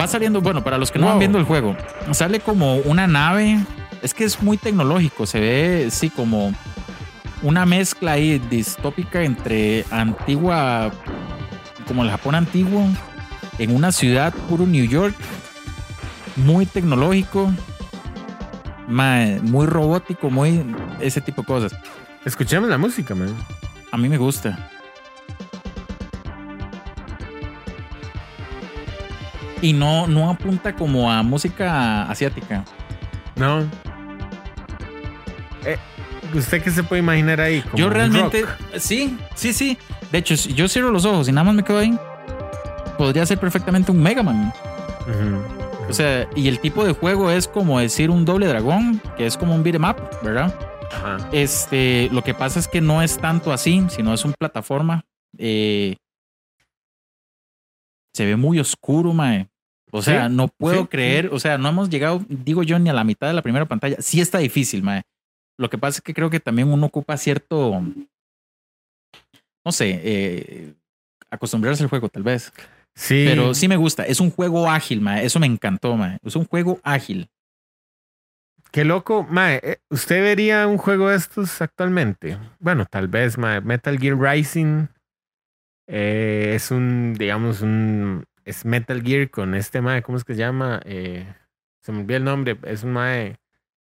S1: Va saliendo, bueno, para los que no van
S3: Wow.
S1: viendo el juego, sale como una nave. Es que es muy tecnológico, se ve, sí, como una mezcla ahí distópica entre antigua, como el Japón antiguo, en una ciudad puro New York, muy tecnológico, mae, muy robótico, muy ese tipo de cosas.
S3: Escuchemos la música, man.
S1: A mí me gusta. Y no, no apunta como a música asiática.
S3: No. Eh, ¿Usted qué se puede imaginar ahí? Como
S1: yo
S3: un
S1: realmente.
S3: rock.
S1: Sí, sí, sí. De hecho, si yo cierro los ojos y nada más me quedo ahí. Podría ser perfectamente un Mega Man.
S3: Ujú.
S1: O sea, y el tipo de juego es como decir un doble dragón, que es como un beat'em up, ¿verdad?
S3: Ajá.
S1: Este, lo que pasa es que no es tanto así, sino es una plataforma. eh, se ve muy oscuro, mae. O sea,
S3: Sí,
S1: no puedo
S3: sí,
S1: creer, o sea, no hemos llegado, digo yo, ni a la mitad de la primera pantalla. Sí está difícil, mae. Lo que pasa es que creo que también uno ocupa cierto, no sé, eh, acostumbrarse al juego tal vez.
S3: Sí.
S1: Pero sí me gusta, es un juego ágil, mae. Eso me encantó, mae. Es un juego ágil.
S3: Qué loco, mae. eh, ¿Usted vería un juego de estos actualmente? Bueno, tal vez, mae. Metal Gear Rising eh, es un, digamos, un. Es Metal Gear con este mae, ¿cómo es que se llama? Eh, se me olvidó el nombre. Es un mae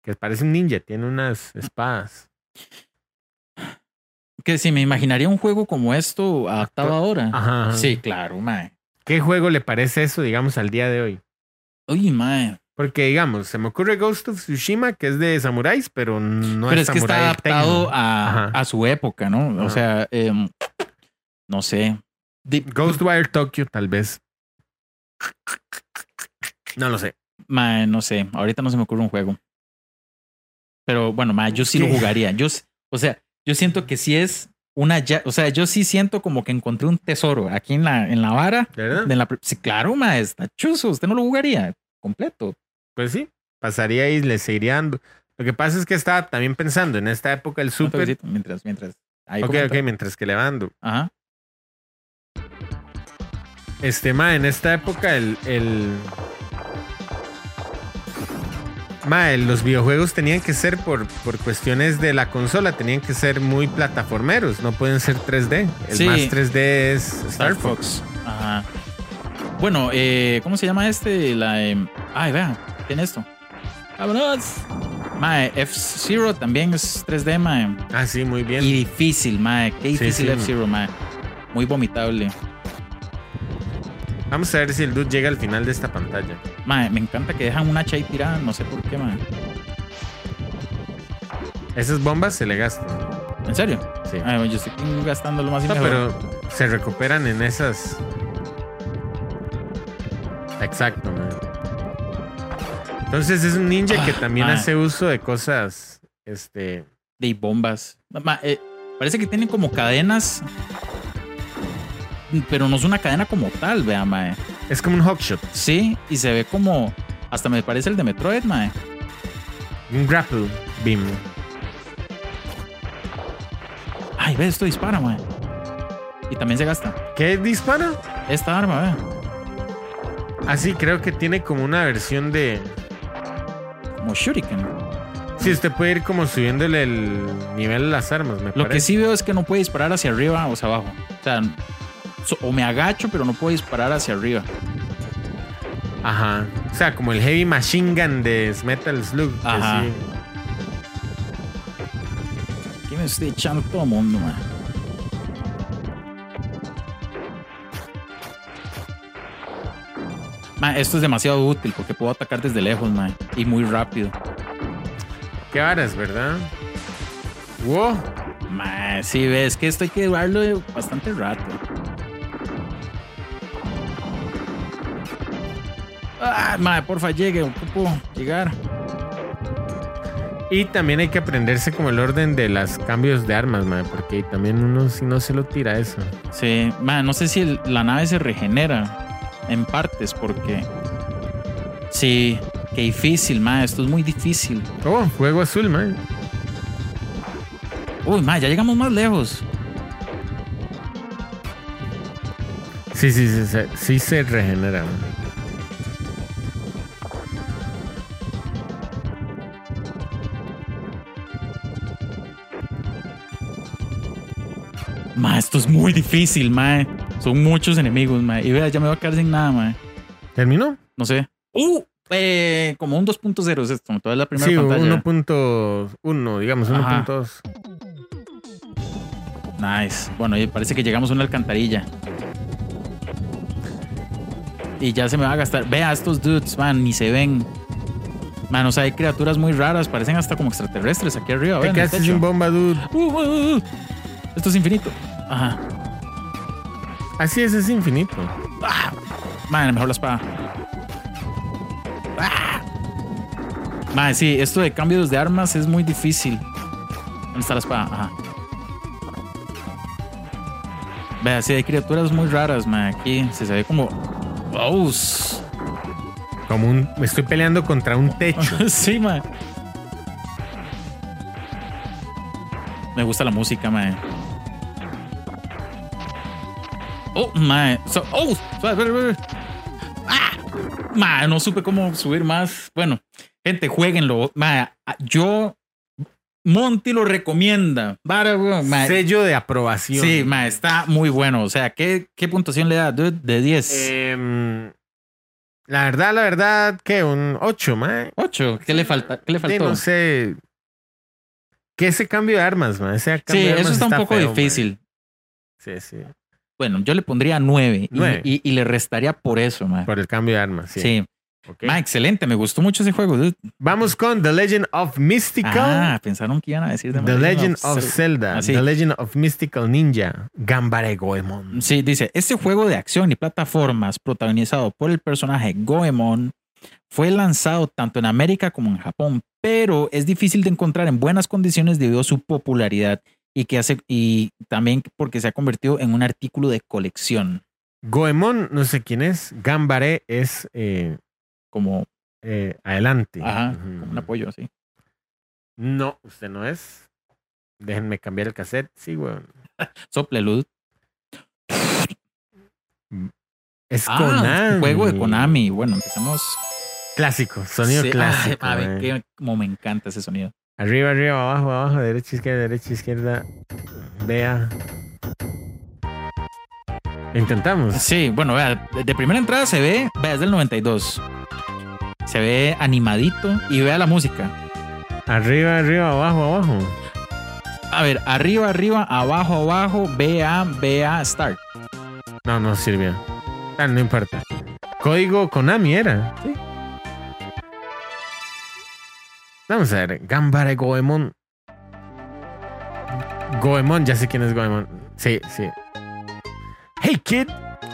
S3: que parece un ninja, tiene unas espadas.
S1: Que si me imaginaría un juego como esto adaptado ahora.
S3: Ajá. ajá.
S1: Sí, claro, mae.
S3: ¿Qué juego le parece eso, digamos, al día de hoy?
S1: Uy, mae.
S3: Porque, digamos, se me ocurre Ghost of Tsushima, que es de samuráis, pero no
S1: Pero
S3: es
S1: es que está
S3: samurái
S1: adaptado
S3: tecno.
S1: a,
S3: Ajá.
S1: a su época, ¿no? O
S3: Ajá.
S1: sea, em, no sé. Di-
S3: Ghostwire Tokyo, tal vez. No lo sé.
S1: mae, no sé. Ahorita no se me ocurre un juego. Pero bueno, mae, yo sí lo
S3: ¿Qué?
S1: jugaría. Yo, s- o sea, yo siento que sí es una ya. O sea, yo sí siento como que encontré un tesoro aquí en la, en la vara.
S3: ¿De verdad?
S1: De la pr- sí, claro, mae, está chuzo. Usted no lo jugaría completo.
S3: Pues sí. Pasaría y le seguiría dando. Lo que pasa es que estaba también pensando en esta época el
S1: Un
S3: super.
S1: toquecito, Mientras, mientras. Ahí
S3: Ok, ok,
S1: comenta.
S3: mientras que le bando.
S1: Ajá.
S3: Este, ma, en esta época el. el... Ma, los videojuegos tenían que ser por, por cuestiones de la consola, tenían que ser muy plataformeros, no pueden ser 3D. El
S1: Sí.
S3: más 3D es Star Fox.
S1: Ajá. Bueno, eh, ¿cómo se llama este? La, em, ay, vea, tiene esto. ¡Vámonos! Mae, F-Zero también es 3D, mae.
S3: Ah, sí, muy bien.
S1: Y difícil, mae. Qué
S3: Sí,
S1: difícil
S3: sí,
S1: F-Zero, mae. Muy vomitable.
S3: Vamos a ver si el dude llega al final de esta pantalla.
S1: Mae, me encanta que dejan un hacha ahí tirada, no sé por qué, mae.
S3: Esas bombas se le gastan.
S1: ¿En serio?
S3: Sí.
S1: Ay, bueno, yo estoy gastando lo más y
S3: No,
S1: Ah, mejor.
S3: pero se recuperan en esas. Exacto, man. Entonces es un ninja que
S1: Ah,
S3: también
S1: man.
S3: hace uso de cosas. Este.
S1: de bombas. Ma- eh, parece que tienen como cadenas. Pero no es una cadena como tal, vea, mae.
S3: Es como un hookshot,
S1: Sí, y se ve como. Hasta me parece el de Metroid, mae.
S3: un grapple beam.
S1: Ay, ve, esto dispara, mae. Y también se gasta.
S3: ¿Qué dispara?
S1: Esta arma, ve.
S3: Así creo que tiene como una versión de.
S1: Como shuriken.
S3: Si usted puede ir como subiéndole el nivel a las armas, me
S1: Lo que
S3: parece.
S1: sí veo es que no puede disparar hacia arriba o hacia abajo. O sea, so- o me agacho, pero no puedo disparar hacia arriba.
S3: Ajá. O sea, como el heavy machine gun de Metal Slug. que
S1: Ajá.
S3: sí.
S1: Aquí me estoy echando todo el mundo, mae. Mae, esto es demasiado útil porque puedo atacar desde lejos, mae. Y muy rápido.
S3: Qué varas, ¿verdad? Wow.
S1: Mae, sí, ves que esto hay que durarlo de bastante rato. Ah, mae, porfa, llegue, ocupo llegar.
S3: Y también hay que aprenderse como el orden de los cambios de armas, man, porque también uno si no se lo tira eso.
S1: Sí, mae, no sé si el- la nave se regenera en partes porque. Sí, qué difícil, mae, esto es muy difícil.
S3: Oh, fuego azul, man.
S1: Uy, mae, ya llegamos más lejos.
S3: Sí, sí, sí, sí, sí se regenera. man.
S1: Ma, esto es muy difícil, ma. Son muchos enemigos, ma. Y vea, ya me voy a quedar sin nada, ma.
S3: ¿Terminó?
S1: No sé. Uh, eh, como un 2.0 es esto. Toda la primera
S3: sí,
S1: pantalla.
S3: 1.1, digamos,
S1: Ajá.
S3: 1.2.
S1: Nice. Bueno, y parece que llegamos a una alcantarilla. Y ya se me va a gastar. Vea estos dudes, man, ni se ven. Man, o sea, hay criaturas muy raras, parecen hasta como extraterrestres aquí arriba.
S3: Te
S1: vean el
S3: quedaste sin
S1: techo.
S3: bomba, dude.
S1: Uh, uh, uh, uh. Esto es infinito. Ajá.
S3: Así es, es infinito.
S1: Man, mejor la espada. Man, sí, esto de cambios de armas es muy difícil. ¿Dónde está la espada? Ajá. Vea, sí, hay criaturas muy raras, man. Aquí se se ve como. ¡Oh! sí,
S3: Como un. Me estoy peleando contra un techo.
S1: man. Me gusta la música, man. Oh, man. So- oh, suave, suave, suave. Ah, man, no supe cómo subir más. Bueno, gente, jueguenlo. Man, yo, Monty lo recomienda. Vara, weón, man.
S3: Sello de aprobación.
S1: Sí, man, está muy bueno. O sea, ¿qué, qué puntuación le da, dude? De 10.
S3: Em, la verdad, la verdad, que un 8, mae.
S1: 8. ¿Qué le falta? ¿Qué le
S3: Sí,
S1: faltó?
S3: no sé. Que ese cambio de armas, man. Ese
S1: Sí,
S3: cambio de
S1: eso
S3: armas
S1: está un poco
S3: feo, man.
S1: difícil.
S3: Sí, sí.
S1: Bueno, yo le pondría 9 y,
S3: Nueve.
S1: y- y le restaría por eso, man.
S3: Por el cambio de armas, sí.
S1: sí.
S3: Ok.
S1: Man, excelente. Me gustó mucho ese juego, dude.
S3: Vamos con The Legend of Mystical.
S1: Ah, pensaron que iban a decir de
S3: The
S1: Legend Ah,
S3: Legend of
S1: Zelda.
S3: Zelda.
S1: Así.
S3: The Legend of Mystical Ninja. Gambare Goemon.
S1: Sí, dice, este juego de acción y plataformas protagonizado por el personaje Goemon fue lanzado tanto en América como en Japón, pero es difícil de encontrar en buenas condiciones debido a su popularidad y, que hace, y también porque se ha convertido en un artículo de colección,
S3: Goemon, no sé quién es. Gambare es eh,
S1: como,
S3: eh, adelante.
S1: ajá,
S3: Ujú.
S1: como un apoyo así.
S3: No, usted no es. Déjenme cambiar el cassette. Sí, weón.
S1: Ah, Sople luz.
S3: Es
S1: Ah,
S3: Konami.
S1: juego de Konami. Bueno, empezamos.
S3: Clásico, sonido
S1: Sí,
S3: clásico.
S1: ay, a ver,
S3: eh.
S1: qué- como me encanta ese sonido.
S3: Arriba, arriba, abajo, abajo, derecha, izquierda, derecha, izquierda. Vea. Intentamos.
S1: Sí, bueno, vea, de- de primera entrada se ve, vea, es del 92. Se ve animadito y vea la música.
S3: Arriba, arriba, abajo, abajo.
S1: A ver, arriba, arriba, abajo, abajo, BA, BA, start.
S3: No, no sirvió. Ah, no importa. Código Konami era.
S1: Sí.
S3: Vamos a ver. Gambare Goemon. Goemon, ya sé quién es Goemon. Sí, sí. Hey, kid.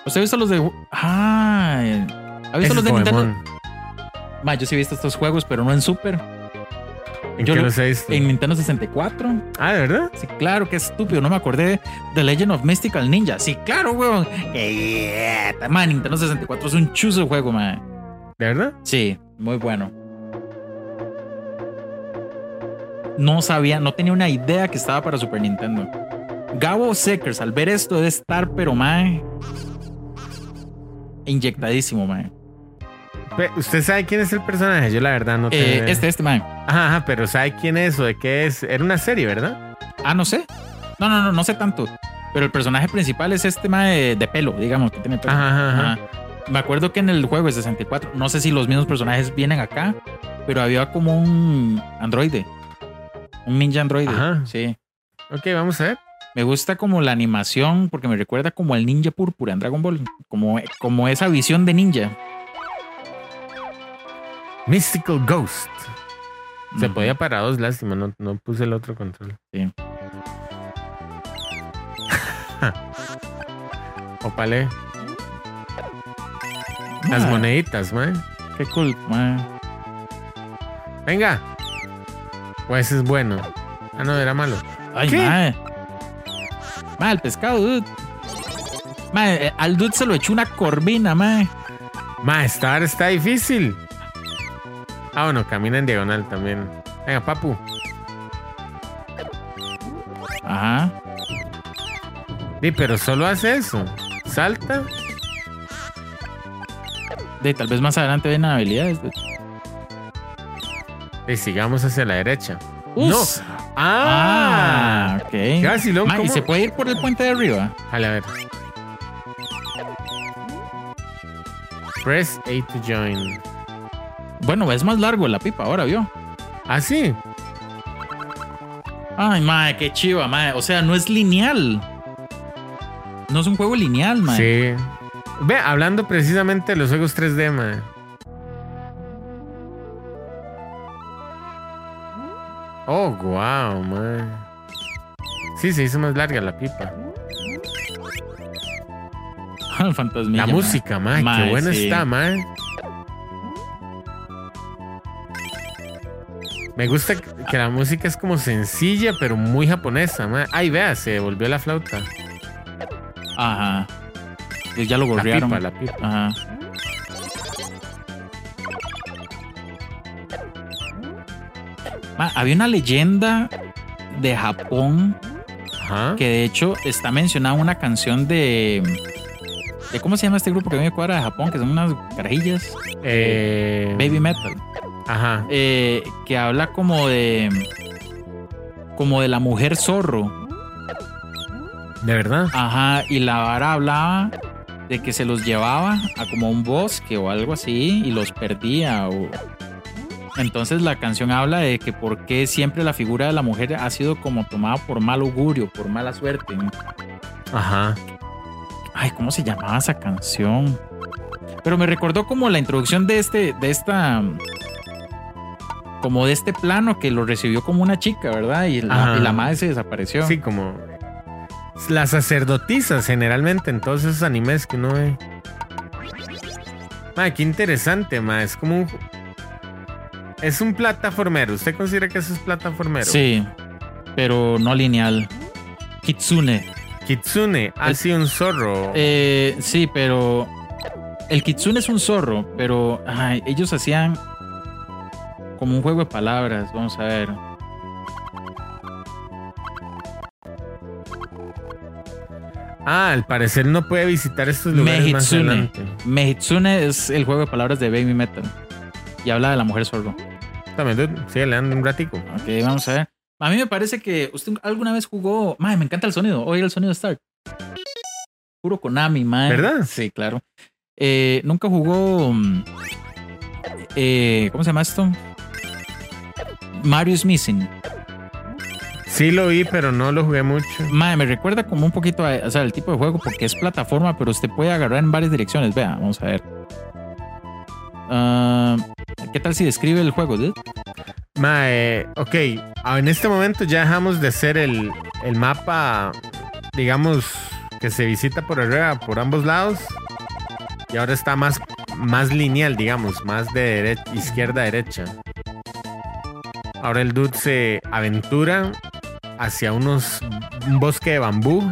S1: ¿Usted ha visto los de. Ah, ¿ha visto
S3: Ese es
S1: los de Nintendo?
S3: Goemon.
S1: Ma, yo sí he visto estos juegos, pero no en Super.
S3: ¿En
S1: Yo
S3: qué
S1: lo-
S3: los he visto?
S1: En Nintendo 64.
S3: Ah, ¿de verdad?
S1: Sí, claro, qué estúpido. No me acordé de Legend of Mystical Ninja. Sí, claro, weón. Eh, Man, Nintendo 64 es un chuzo juego, man.
S3: ¿De verdad?
S1: Sí, muy bueno. No sabía, no tenía una idea que estaba para Super Nintendo. Gabo Seckers, al ver esto, debe estar, pero mae. Inyectadísimo, mae.
S3: Pe- ¿Usted sabe quién es el personaje? Yo la verdad no
S1: Eh,
S3: tengo idea.
S1: este, este, mae.
S3: Ajá, ajá, pero ¿sabe quién es o de qué es? Era una serie, ¿verdad?
S1: Ah, no sé. No, no, no, no sé tanto. Pero el personaje principal es este, mae, de, de pelo, digamos, que tiene pelo.
S3: Ajá, ajá, ajá.
S1: Ajá. Me acuerdo que en el juego de 64, no sé si los mismos personajes vienen acá, pero había como un androide. Un ninja androide.
S3: Ajá.
S1: Sí.
S3: Ok, vamos a ver.
S1: Me gusta como la animación, porque me recuerda como al ninja púrpura en Dragon Ball. Como, como esa visión de ninja.
S3: Mystical Ghost. Se
S1: Ujú.
S3: podía para dos, lástima, no, no puse el otro control.
S1: Sí.
S3: Opale. Las
S1: Ah,
S3: moneditas, man.
S1: Qué cool, man.
S3: Venga. Pues es bueno. Ah, no, era malo.
S1: Ay,
S3: ¿Qué?
S1: madre. Madre, el pescado, dude. Madre, eh, al dude se lo echó una corvina, madre.
S3: Ma, esta vara está difícil. Ah, bueno, camina en diagonal también. Venga, papu.
S1: Ajá.
S3: Di, pero solo hace eso. Salta
S1: De, tal vez más adelante ven habilidades. de-
S3: Y sigamos hacia la derecha.
S1: Us.
S3: ¡No!
S1: Ah,
S3: ¡Ah!
S1: ok.
S3: Casi, loco.
S1: Ma, ¿Y se puede ir por el puente de arriba?
S3: Jale, a ver. Press A to join.
S1: Bueno, es más largo la pipa ahora, ¿vio?
S3: Ah, sí.
S1: Ay, madre, qué chiva, madre. O sea, no es lineal. No es un juego lineal, madre.
S3: Sí. Ve, hablando precisamente de los juegos 3D, man. Oh, wow, man. Sí, se hizo más larga la pipa.
S1: El fantasmilla.
S3: la
S1: mae.
S3: música, man.
S1: Mae,
S3: Qué buena
S1: sí.
S3: está, man. Me gusta que que la música es como sencilla, pero muy japonesa, man. Ay, vea, se volvió la flauta.
S1: Ajá. Pues Ya lo
S3: La
S1: gorrearon.
S3: pipa, la pipa.
S1: Ajá. Ma, había una leyenda de Japón
S3: Ajá.
S1: que de hecho está mencionada en una canción de, de cómo se llama este grupo que viene de cuadra de Japón que son unas carajillas
S3: Eh,
S1: baby metal
S3: Ajá.
S1: eh, que habla como de como de la mujer zorro
S3: ¿De verdad?
S1: ajá y la vara hablaba de que se los llevaba a como un bosque o algo así y los perdía o- entonces la canción habla de que por qué siempre la figura de la mujer ha sido como tomada por mal augurio por mala suerte ¿no?
S3: Ajá.
S1: Ay, ¿cómo se llamaba esa canción? Pero me recordó como la introducción de este, de esta, como de este plano que lo recibió como una chica, ¿verdad? Y la,
S3: Ajá.
S1: y la madre se desapareció.
S3: Sí, como las sacerdotisas generalmente en todos esos animes que uno ve. Ma, qué interesante, ma. Es como un... Es un plataformero. ¿Usted considera que eso es plataformero?
S1: Sí, pero no lineal. Kitsune.
S3: Kitsune, ha
S1: El-
S3: sido un zorro.
S1: Eh, sí, pero el Kitsune es un zorro, pero ay, ellos hacían como un juego de palabras. Vamos a ver.
S3: Ah, al parecer no puede visitar estos lugares más
S1: Mejitsune.
S3: adelante.
S1: Mehitsune es el juego de palabras de Baby Metal y habla de la mujer zorro.
S3: También, dude, sí, le dan un ratico.
S1: Ok, vamos a ver. A mí me parece que usted alguna vez jugó. Mae, me encanta el sonido. Oye, el sonido de Stark. Puro Konami, mae.
S3: ¿Verdad?
S1: Sí, claro. Eh, Nunca jugó. mm, eh, ¿Cómo se llama esto? Mario's Missing.
S3: Sí lo vi, pero no lo jugué mucho.
S1: Mae, me recuerda como un poquito a, o sea, el tipo de juego porque es plataforma, pero usted puede agarrar en varias direcciones. Vea, vamos a ver. Ah, ¿Qué tal si describe el juego, dude?
S3: Ma, eh, ok, ah, en este momento ya dejamos de ser el, el mapa, digamos, que se visita por arriba, por ambos lados. Y ahora está más, más lineal, digamos, más de dere- izquierda a derecha. Ahora el dude se aventura hacia unos, un bosque de bambú.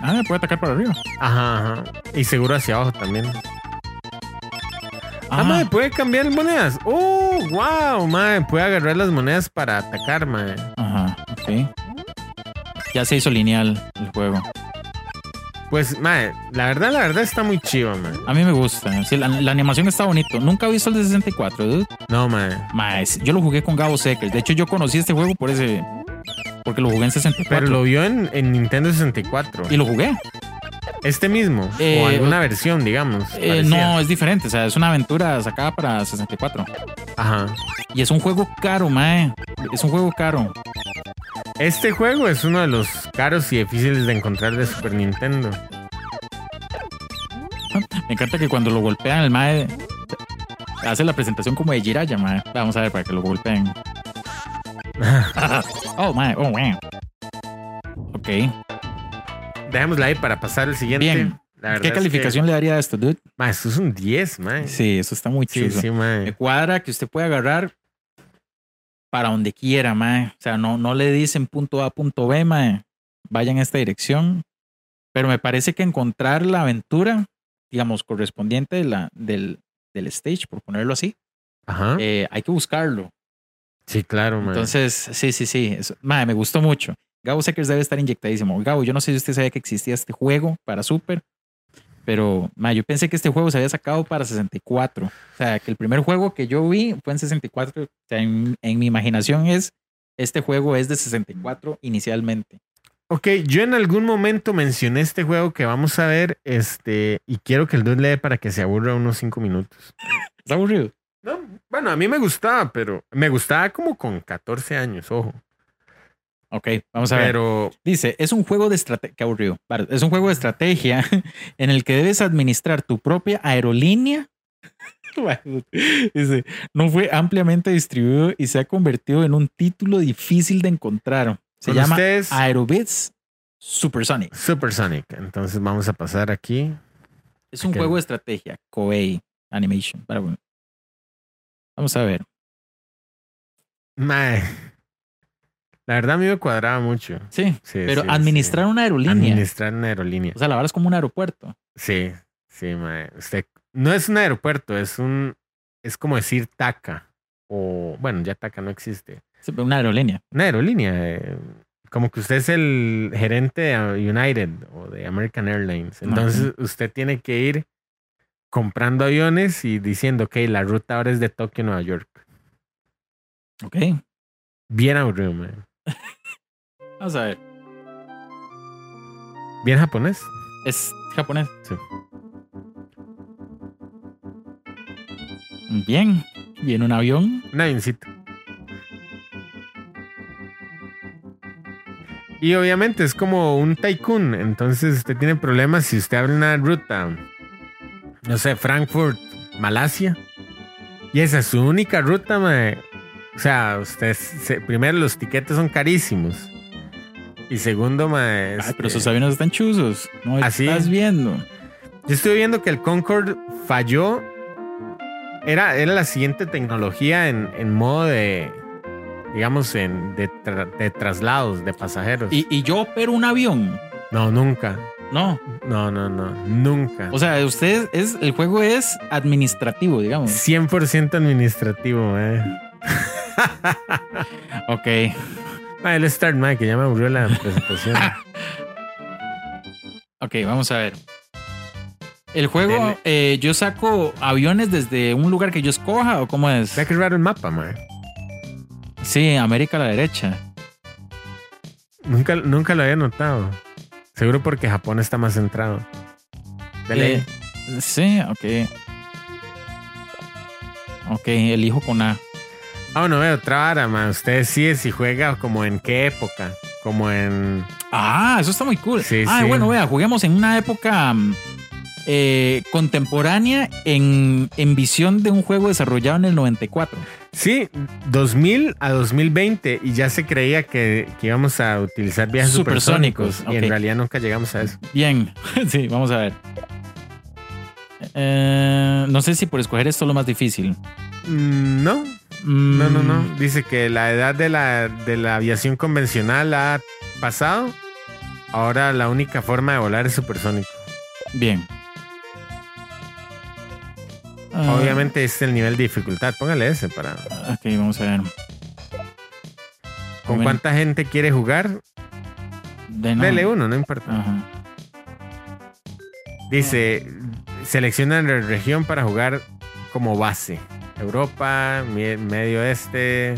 S1: Ah, puede atacar por arriba.
S3: Ajá, ajá. Y seguro hacia abajo también. Ah, mae, puede cambiar monedas. ¡Oh, wow! Mae, puede agarrar las monedas para atacar, mae.
S1: Ajá, ok. Ya se hizo lineal el juego.
S3: Pues, mae, la verdad, la verdad está muy chiva, mae.
S1: A mí me gusta. Sí, la, la animación está bonito. Nunca he visto el de 64, dude.
S3: No, mae.
S1: Más, yo lo jugué con Gabo Seckers. De hecho, yo conocí este juego por ese. Porque lo jugué en 64.
S3: Pero lo vio en, en Nintendo 64.
S1: Y lo jugué.
S3: Este mismo.
S1: Eh,
S3: o alguna versión, digamos.
S1: Eh,
S3: parecida.
S1: no, es diferente. O sea, es una aventura sacada para 64.
S3: Ajá.
S1: Y es un juego caro, mae. Es un juego caro.
S3: Este juego es uno de los caros y difíciles de encontrar de Super Nintendo.
S1: Me encanta que cuando lo golpean, el mae hace la presentación como de Jiraya, mae. Vamos a ver para que lo golpeen. oh, mae, oh, mae. Ok.
S3: Dejémosla ahí para pasar al siguiente.
S1: Bien.
S3: La verdad
S1: ¿Qué
S3: es que-
S1: calificación le daría a esto, dude?
S3: mae, esto es un 10, mae. Sí,
S1: Sí, eso está muy
S3: sí,
S1: chido. Me
S3: mae.
S1: cuadra que usted puede agarrar para donde quiera, mae. O sea, no, no le dicen punto A, punto B, mae. Vaya en esta dirección. Pero me parece que encontrar la aventura, digamos, correspondiente de la, del, del stage, por ponerlo así,
S3: Ajá.
S1: eh, hay que buscarlo.
S3: sí, claro, mae.
S1: Entonces, sí, sí, sí. eso- mae, me gustó mucho. Gabo Seckers debe estar inyectadísimo. Gabo, yo no sé si usted sabía que existía este juego para Super, Pero, ma, yo pensé que este juego se había sacado para 64. O sea, que el primer juego que yo vi fue en 64. O sea, en, en mi imaginación es, este juego es de 64 inicialmente.
S3: Ok, yo en algún momento mencioné este juego que vamos a ver, este, y quiero que el dude lee para que se aburra unos 5 minutos.
S1: Es aburrido.
S3: No, bueno, a mí me gustaba, pero me gustaba como con 14 años, ojo.
S1: Ok, vamos a ver.
S3: Pero
S1: Dice, es un juego de estrategia, es un juego de estrategia en el que debes administrar tu propia aerolínea. Dice, no fue ampliamente distribuido y se ha convertido en un título difícil de encontrar. Se
S3: con
S1: llama
S3: ustedes,
S1: Aerobits Supersonic.
S3: Supersonic. Entonces vamos a pasar aquí.
S1: Es un
S3: Ah, Ok.
S1: juego de estrategia, Koei Animation. Para bueno. Vamos a ver.
S3: Mae. La verdad a mí me cuadraba mucho.
S1: Sí,
S3: Sí,
S1: pero
S3: sí,
S1: administrar
S3: sí.
S1: una aerolínea.
S3: Administrar una aerolínea.
S1: O sea, la verdad es como un aeropuerto.
S3: Sí, sí, mae. Usted, no es un aeropuerto, es un. Es como decir TACA. O. Bueno, ya TACA no existe.
S1: Sí, pero Una aerolínea.
S3: Una aerolínea. eh, como que usted es el gerente de United o de American Airlines. Entonces, usted tiene que ir comprando aviones y diciendo, ok, la ruta ahora es de Tokio a Nueva York.
S1: Ok.
S3: Bien aburrido, mae.
S1: Vamos a ver.
S3: Bien japonés.
S1: Es japonés.
S3: Sí.
S1: Bien. Viene un avión.
S3: Un avioncito. Y obviamente es como un tycoon, entonces usted tiene problemas si usted abre una ruta, no sé, Frankfurt, Malasia, y esa es su única ruta, mae. o sea, usted, se- primero los tiquetes son carísimos, y segundo, mae,
S1: Ay,
S3: este,
S1: Ah,
S3: ¿Ah,
S1: pero esos aviones están chuzos. No
S3: Así.
S1: estás viendo.
S3: yo estoy viendo que el Concorde falló, era, era la siguiente tecnología en, en modo de, digamos, en, de, tra- de traslados de pasajeros.
S1: Y, y yo opero un avión.
S3: no, nunca.
S1: No.
S3: No, no, no. Nunca.
S1: O sea, usted es. El juego es administrativo, digamos.
S3: 100% administrativo, eh.
S1: Ok.
S3: Ah, el Start, mae, que ya me aburrió la presentación.
S1: Ok, vamos a ver. El juego,
S3: Dele.
S1: eh, yo saco aviones desde un lugar que yo escoja o cómo es.
S3: Vea que raro el mapa, mae.
S1: Sí, América a la derecha.
S3: Nunca, nunca lo había notado. Seguro porque Japón está más centrado. Dele.
S1: Eh, sí, ok. Ok, elijo con A.
S3: Ah, bueno, veo otra vara, mae. Usted decide si juega como en qué época. Como en.
S1: Ah, eso está muy cool.
S3: Sí,
S1: ah,
S3: sí.
S1: bueno, vea, juguemos en una época mm, eh, contemporánea en, en visión de un juego desarrollado en el 94.
S3: Sí, 2000 a 2020. Y ya se creía que, que íbamos a utilizar viajes
S1: Supersónicos,
S3: supersónicos. Y
S1: ok.
S3: en realidad nunca llegamos a eso.
S1: Bien, sí, vamos a ver. Eh, no sé si por escoger esto es lo más difícil.
S3: Mm, No,
S1: Mm,
S3: No, no, no. Dice que la edad de la, de la aviación convencional ha pasado. Ahora la única forma de volar es supersónico.
S1: Bien. Ah,
S3: Obviamente este es el nivel de dificultad. Póngale ese para...
S1: Ok, vamos a ver.
S3: ¿Con
S1: Bueno.
S3: cuánta gente quiere jugar?
S1: De nuevo.
S3: Dele uno, no importa.
S1: Ajá.
S3: Dice, selecciona la región para jugar como base. Europa, mi- Medio Este,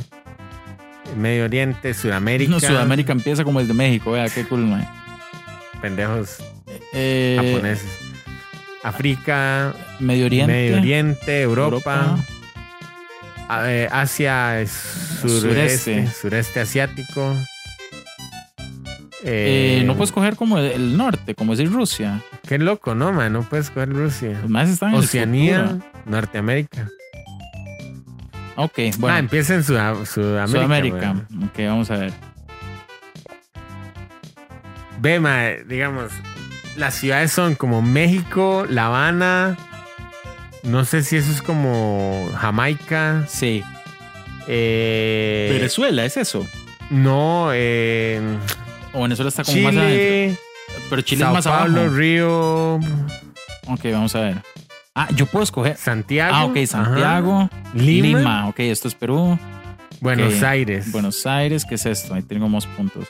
S3: Medio Oriente, Sudamérica.
S1: No, Sudamérica empieza como el de México, vea, qué cool, man.
S3: Pendejos
S1: Eh,
S3: japoneses. África,
S1: Medio Oriente.
S3: Medio Oriente, Europa,
S1: Europa.
S3: a- eh, Asia, eh, sureste,
S1: Sureste.
S3: sureste, asiático.
S1: Eh,
S3: Eh,
S1: no pues, puedes coger como el, el norte, como decir Rusia.
S3: Qué loco, ¿no, man? No puedes coger Rusia.
S1: Los más están en el
S3: Oceanía,
S1: futuro.
S3: Norteamérica.
S1: Ok,
S3: ah,
S1: bueno.
S3: empieza Ah, en Suda- Sudamérica.
S1: Sudamérica.
S3: man.
S1: Ok, vamos a ver.
S3: Ve, ma, eh, digamos, las ciudades son como México, La Habana. No sé si eso es como Jamaica.
S1: Sí.
S3: eh,
S1: Venezuela, ¿es eso?
S3: no, eh,
S1: O Venezuela está Ah, como más adentro.
S3: Chile,
S1: Pero Chile
S3: Sao
S1: es más
S3: Paulo,
S1: abajo.
S3: Río,
S1: Ok, vamos a ver. Ah, yo puedo escoger.
S3: Santiago.
S1: Ah, ok,
S3: Ajá.
S1: Santiago.
S3: Lima,
S1: Lima. Ok, esto es Perú.
S3: Buenos
S1: ok.
S3: Aires.
S1: Buenos Aires, ¿qué es esto? Ahí tengo más puntos.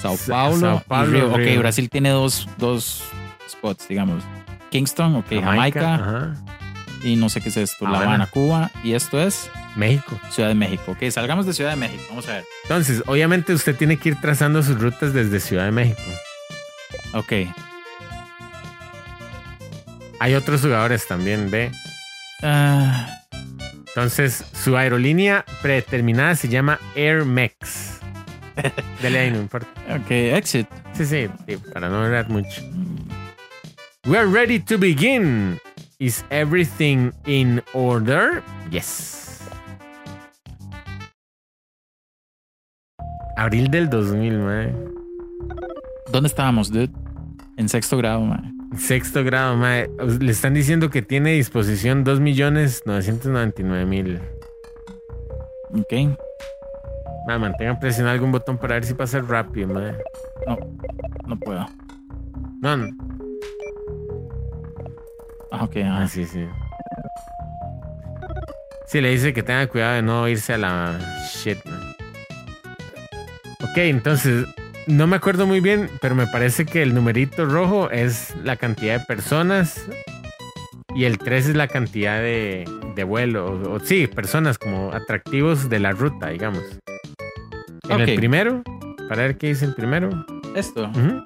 S1: Sao
S3: Sa-
S1: Paulo.
S3: Sao
S1: y
S3: Paulo,
S1: Río. Ok,
S3: Río.
S1: Brasil tiene dos, dos spots, digamos. Kingston, ok, Jamaica,
S3: ajá. Ah,
S1: y no sé qué es esto, La
S3: Habana.
S1: Habana, Cuba, y esto es
S3: México.
S1: Ciudad de México. Ok, salgamos de Ciudad de México, vamos a ver.
S3: Entonces, obviamente usted tiene que ir trazando sus rutas desde Ciudad de México.
S1: Ok.
S3: Hay otros jugadores también, ve.
S1: Ah,
S3: Entonces, su aerolínea predeterminada se llama Air Mex. Dele ahí, no importa.
S1: ok, exit.
S3: Sí, sí, sí, para no hablar mucho. We're ready to begin. Is everything in order? Yes. Abril del 2000, mae.
S1: ¿Dónde estábamos, dude? En sexto grado, man.
S3: Sexto grado, mae. Le están diciendo que tiene a disposición 2.999.000.
S1: Ok.
S3: Mae, mantengan presionado algún botón para ver si pasa rápido, mae.
S1: No puedo.
S3: No, no.
S1: Ah, ok, ajá.
S3: Ah, sí, sí. Sí, le dice que tenga cuidado de no irse a la shit. man. Ok, entonces, no me acuerdo muy bien, pero me parece que el numerito rojo es la cantidad de personas y el 3 es la cantidad de, de vuelo, o, o sí, personas como atractivos de la ruta, digamos. En el
S1: Ok.
S3: primero, para ver qué dice el primero.
S1: Esto.
S3: Ujú.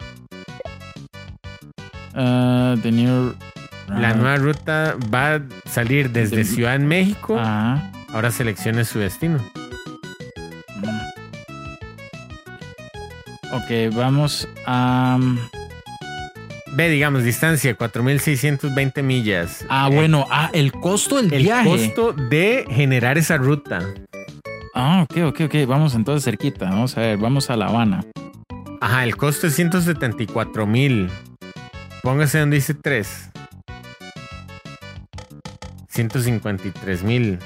S1: Ah, the new.
S3: La nueva ruta va a salir desde
S1: De-
S3: Ciudad de
S1: Ah,
S3: México.
S1: Ajá.
S3: Ahora seleccione su destino.
S1: Mm. Ok, vamos a. mm,
S3: Ve, digamos, distancia, 4.620 millas.
S1: Ah,
S3: Eh,
S1: bueno, ah, el costo del
S3: El
S1: viaje.
S3: costo de generar esa ruta.
S1: Ah, ok, ok, ok. Vamos entonces cerquita. Vamos a ver, vamos a La Habana.
S3: Ajá, el costo es 174.000. Póngase donde dice 3. 153.000.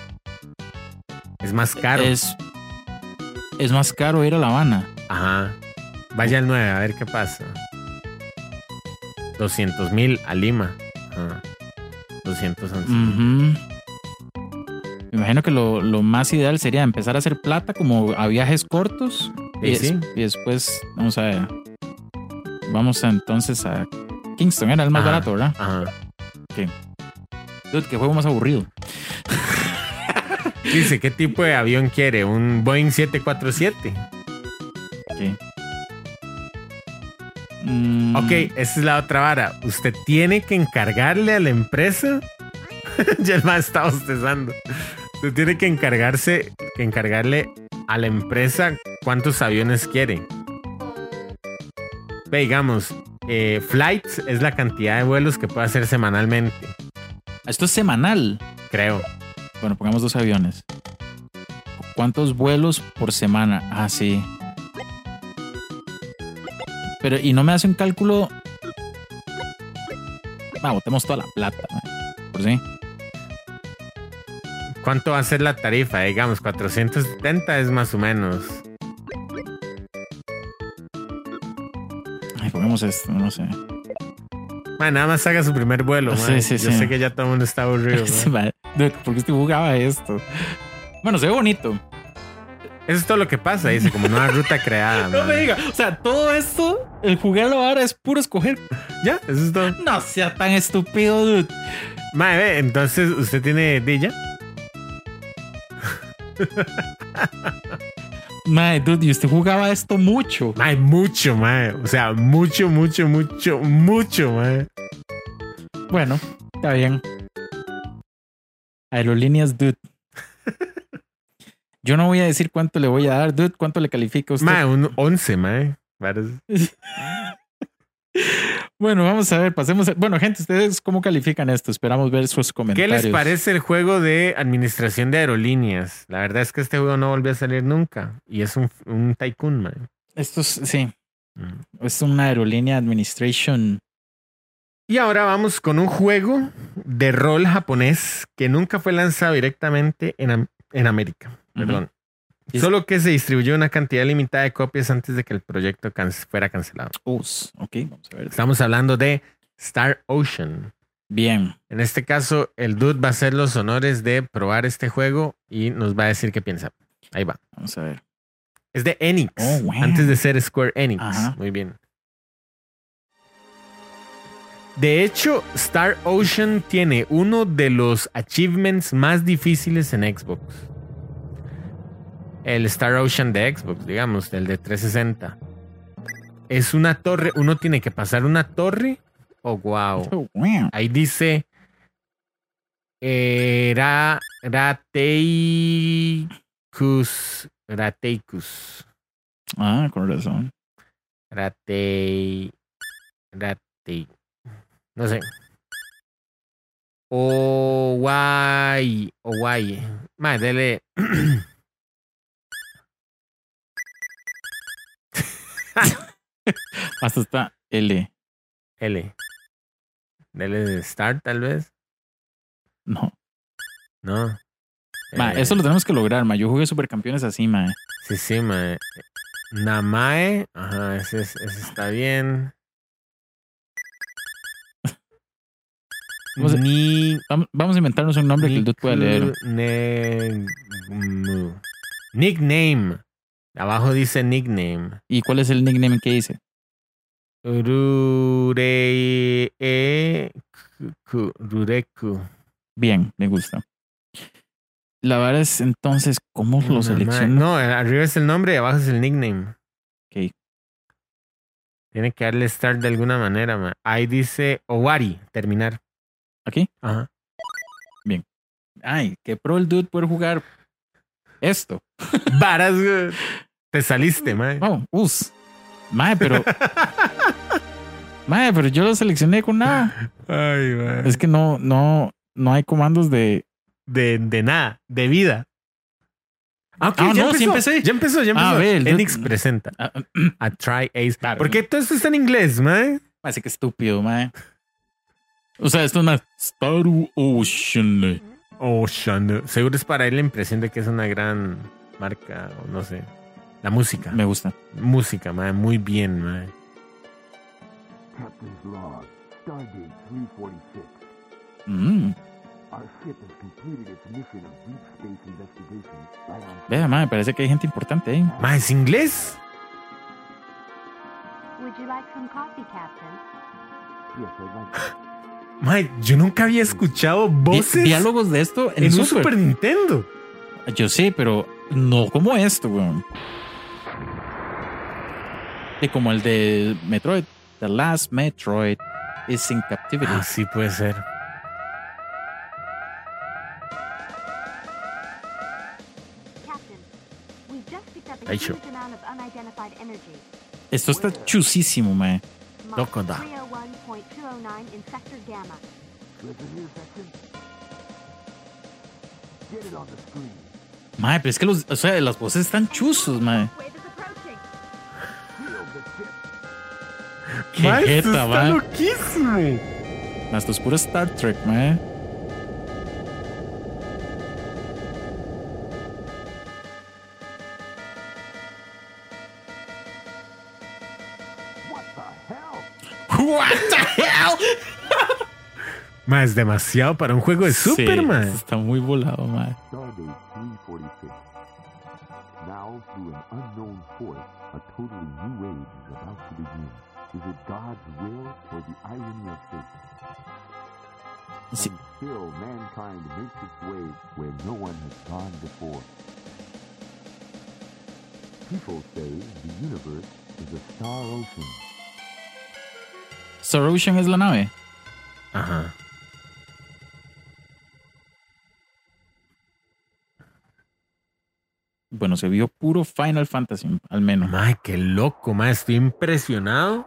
S3: Es más caro.
S1: Es, es más caro ir a La Habana.
S3: Ajá. Vaya al 9, a ver qué pasa. 200.000 a Lima. Ajá. 211.
S1: Ujú. Me imagino que lo, lo más ideal sería empezar a hacer plata como a viajes cortos.
S3: Sí,
S1: Y, es-
S3: sí.
S1: y después, vamos a ver. Vamos a- entonces a Kingston, era el más
S3: Ajá.
S1: barato, ¿verdad?
S3: Ajá.
S1: Dude, qué juego más aburrido.
S3: Dice, ¿qué tipo de avión quiere? ¿Un Boeing 747?
S1: Ok. Mm,
S3: Ok, esa es la otra vara. Usted tiene que encargarle a la empresa. ya el más está bostezando. Usted tiene que encargarse, que encargarle a la empresa cuántos aviones quiere. Ve, digamos, eh, flights es la cantidad de vuelos que puede hacer semanalmente,
S1: Esto es semanal.
S3: creo.
S1: Bueno, pongamos dos aviones. ¿Cuántos vuelos por semana? Ah, sí. Pero, ¿y no me hace un cálculo? Va, botemos toda la plata. ¿no? Por sí.
S3: ¿Cuánto va a ser la tarifa? Digamos, 470 es más o menos.
S1: Ay, pongamos esto, no sé.
S3: Man, nada más haga su primer vuelo.
S1: Sí,
S3: man.
S1: sí,
S3: Yo
S1: sí.
S3: sé que ya todo el mundo está aburrido. man.
S1: Dude, ¿Por qué usted este jugaba esto? Bueno, se ve bonito.
S3: Eso es todo lo que pasa, dice, como nueva ruta creada.
S1: No
S3: man.
S1: me diga. O sea, todo esto, el jugarlo ahora es puro escoger.
S3: Ya, eso es todo.
S1: No sea tan estúpido, dude.
S3: Mae, ve, entonces usted tiene Dilla.
S1: Madre, dude, y usted jugaba esto mucho.
S3: Mae, mucho, mae. O sea, mucho, mucho, mucho, mucho, mae.
S1: Bueno, está bien. Aerolíneas, dude. Yo no voy a decir cuánto le voy a dar, dude. ¿Cuánto le califica a usted?
S3: Mae, un 11, mae. Varas.
S1: Bueno, vamos a ver, pasemos. a- Bueno, gente, ¿ustedes cómo califican esto? Esperamos ver sus
S3: ¿Qué
S1: comentarios.
S3: les parece el juego de administración de aerolíneas? La verdad es que este juego no volvió a salir nunca. Y es un, un tycoon, mae.
S1: Esto es, sí,
S3: Mm.
S1: es una aerolínea administration.
S3: Y ahora vamos con un juego de rol japonés que nunca fue lanzado directamente en, Am- en América. Perdón.
S1: Y es-
S3: Solo que se distribuyó una cantidad limitada de copias antes de que el proyecto can- fuera cancelado.
S1: Us, ok, vamos a ver.
S3: Estamos hablando de Star Ocean.
S1: Bien,
S3: En este caso, el dude va a hacer los honores de probar este juego y nos va a decir qué piensa. Ahí va.
S1: vamos a ver.
S3: Es de Enix.
S1: Oh, wow.
S3: Antes de ser Square Enix.
S1: Ajá.
S3: Muy bien. De hecho, Star Ocean tiene uno de los achievements más difíciles en Xbox. El Star Ocean de Xbox, digamos, el de 360. Es una torre, uno tiene que pasar una torre. Oh, wow. Ahí dice eh, ra, Rateicus. Rateicus.
S1: Ah, con razón.
S3: Ratei. Ratei. No sé. O guay. O guay. Más, dele.
S1: Hasta está L.
S3: L. Dele start, tal vez.
S1: No.
S3: No.
S1: Ma,
S3: Eh,
S1: eso lo tenemos que lograr, ma. Yo jugué supercampeones así, ma.
S3: Sí, sí, mae. Namae. Ajá, ese, es- ese está bien.
S1: ¿Cómo se-
S3: Ni.
S1: Vam- Vamos a inventarnos un nombre que el dude pueda leer.
S3: Nickne- mu. Nickname. Abajo dice nickname.
S1: ¿Y cuál es el nickname que dice?
S3: Rure- e- ku- ku- Rureku.
S1: Bien, me gusta. La verdad es entonces cómo lo
S3: Mamá-
S1: selecciono.
S3: No, eh, arriba es el nombre y abajo es el nickname.
S1: Ok.
S3: Tiene que darle start de alguna manera, ma. Ahí dice Owari, terminar.
S1: ¿Aquí?
S3: Ajá.
S1: Ay, qué pro el dude puede jugar esto.
S3: Varas, güey. Te saliste, ma.
S1: Oh, us. Mae, pero. Mae, pero yo lo seleccioné con nada.
S3: Ay, ma.
S1: Es que no, no, no hay comandos de.
S3: De, de nada, de vida. Ah, ok,
S1: Ah, no, sí empecé.
S3: Ya empezó, ya empezó.
S1: Ah, ve, el-
S3: Enix presenta
S1: Ah, ah,
S3: a Try Ace.
S1: Claro.
S3: ¿Por qué todo esto está en inglés, ma?
S1: Así que estúpido, mae. O sea, esto es una Star Ocean.
S3: Oh, shando. Seguro es para él la impresión de que es una gran marca, o no sé. La música.
S1: Me gusta.
S3: Música, ma. Muy bien, ma.
S4: Captain's log, Stardate 346.
S1: Mm.
S4: Our ship has completed its mission of deep space investigation right on
S1: Vea, mae, parece que hay gente importante ahí.
S3: Ma, ¿es inglés?
S5: Would you like some coffee, Captain?
S4: Yes, I'd like to.
S3: Ma, yo nunca había escuchado
S1: Di-
S3: voces
S1: Diálogos de esto en,
S3: en un
S1: Super.
S3: Super Nintendo.
S1: Yo sí, pero no como esto, weón. Y como el de Metroid. The last Metroid is in captivity.
S3: Ah, sí puede ser.
S5: Captain, we've just picked up a
S3: Ahí yo.
S5: huge amount of unidentified energy.
S1: Esto está chusísimo, mae.
S5: Mach
S3: Dokonda.
S5: 301.209 in sector gamma.
S4: Listen here, Section. Get it on the screen.
S1: Mae, pero es que los, o sea, las voces están chusos, mae.
S5: Wave is approaching.
S4: Shield the ship.
S1: Qué
S3: Ma, esto
S1: jeta,
S3: está
S1: mae.
S3: loquísimo.
S1: Ma, Esto es puro Star Trek, mae.
S4: What the hell?
S1: What the hell?
S3: Ma, es demasiado para un juego de Super,
S1: Sí,
S3: ma.
S1: esto Está muy volado, mae.
S4: Stardate 346. Now, through an unknown force, a totally new age is about to begin. Is it God's will or the irony of fate?
S1: Sí.
S4: Until mankind makes its way where no one has gone before. People say the universe is a star ocean.
S1: Star Ocean es la nave.
S3: Ajá.
S1: Bueno, se vio puro Final Fantasy, al menos.
S3: Mae, qué loco, mae. Estoy impresionado.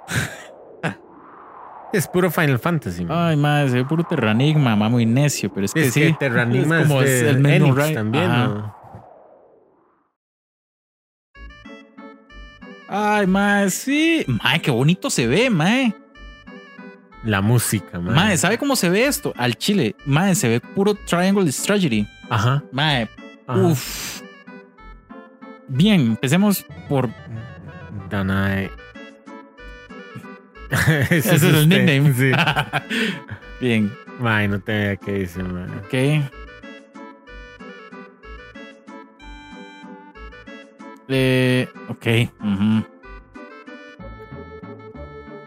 S3: es puro Final Fantasy. mae.
S1: Ay, madre, se ve puro Terranigma, mamá, muy necio, pero es que
S3: es
S1: sí.
S3: que Terranigma
S1: es como
S3: es
S1: es
S3: de
S1: el mismo
S3: Enix
S1: Ra-
S3: también,
S1: Ajá.
S3: ¿no?
S1: Ay, madre, sí. Madre, qué bonito se ve, madre.
S3: La música, mae.
S1: Madre, ¿sabe cómo se ve esto? Al chile. Madre, se ve puro Triangle Strategy.
S3: Ajá.
S1: Madre,
S3: ajá.
S1: uff. Bien, empecemos por...
S3: Danae. Ese
S1: Ese es el
S3: usted,
S1: nickname.
S3: eh. Sí.
S1: Bien,
S3: Mae, no te vea qué dice, mae.
S1: ok. Eh, ok. ujú.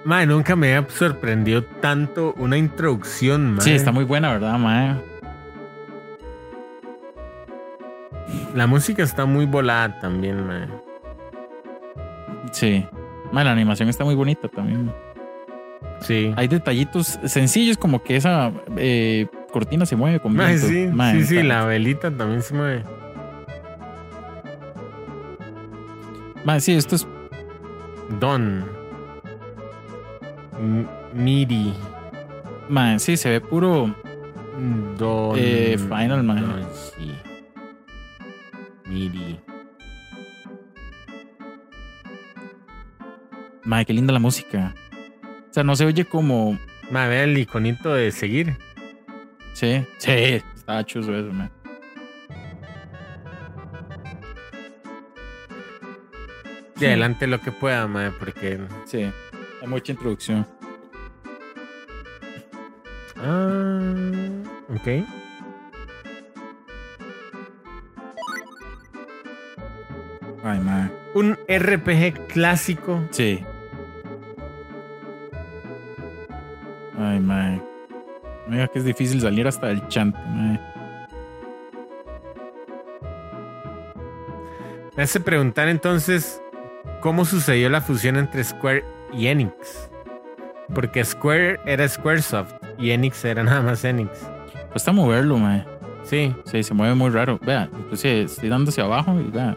S3: Mae, nunca me había sorprendido tanto una introducción, mae.
S1: Sí, está muy buena, ¿verdad, mae?
S3: La música está muy volada también, mae.
S1: Sí. Mae, la animación está muy bonita también.
S3: Sí.
S1: Hay detallitos sencillos como que esa eh, cortina se mueve con
S3: Mae,
S1: viento.
S3: sí,
S1: Mae,
S3: sí, sí,
S1: está-
S3: la velita también se mueve.
S1: Mae, sí, esto es...
S3: Don. M- Miri.
S1: Mae, sí, se ve puro...
S3: Don.
S1: Eh, Final, mae.
S3: Don, sí. Miri.
S1: Mae, qué linda la música. O sea, no se oye como...
S3: Mae, ve el iconito de seguir.
S1: Sí, sí, está chuzo eso, mae.
S3: De adelante lo que pueda, mae, porque.
S1: Sí, hay mucha introducción.
S3: Ah. Ok.
S1: Ay, mae.
S3: Un RPG clásico.
S1: Sí. Ay, mae. Mira que es difícil salir hasta el chante, mae.
S3: Me hace preguntar entonces cómo sucedió la fusión entre Square y Enix. Porque Square era Squaresoft y Enix era nada más Enix.
S1: Cuesta moverlo, mae.
S3: Sí,
S1: Sí, se mueve muy raro. Vea, inclusive estoy dándose abajo y vea.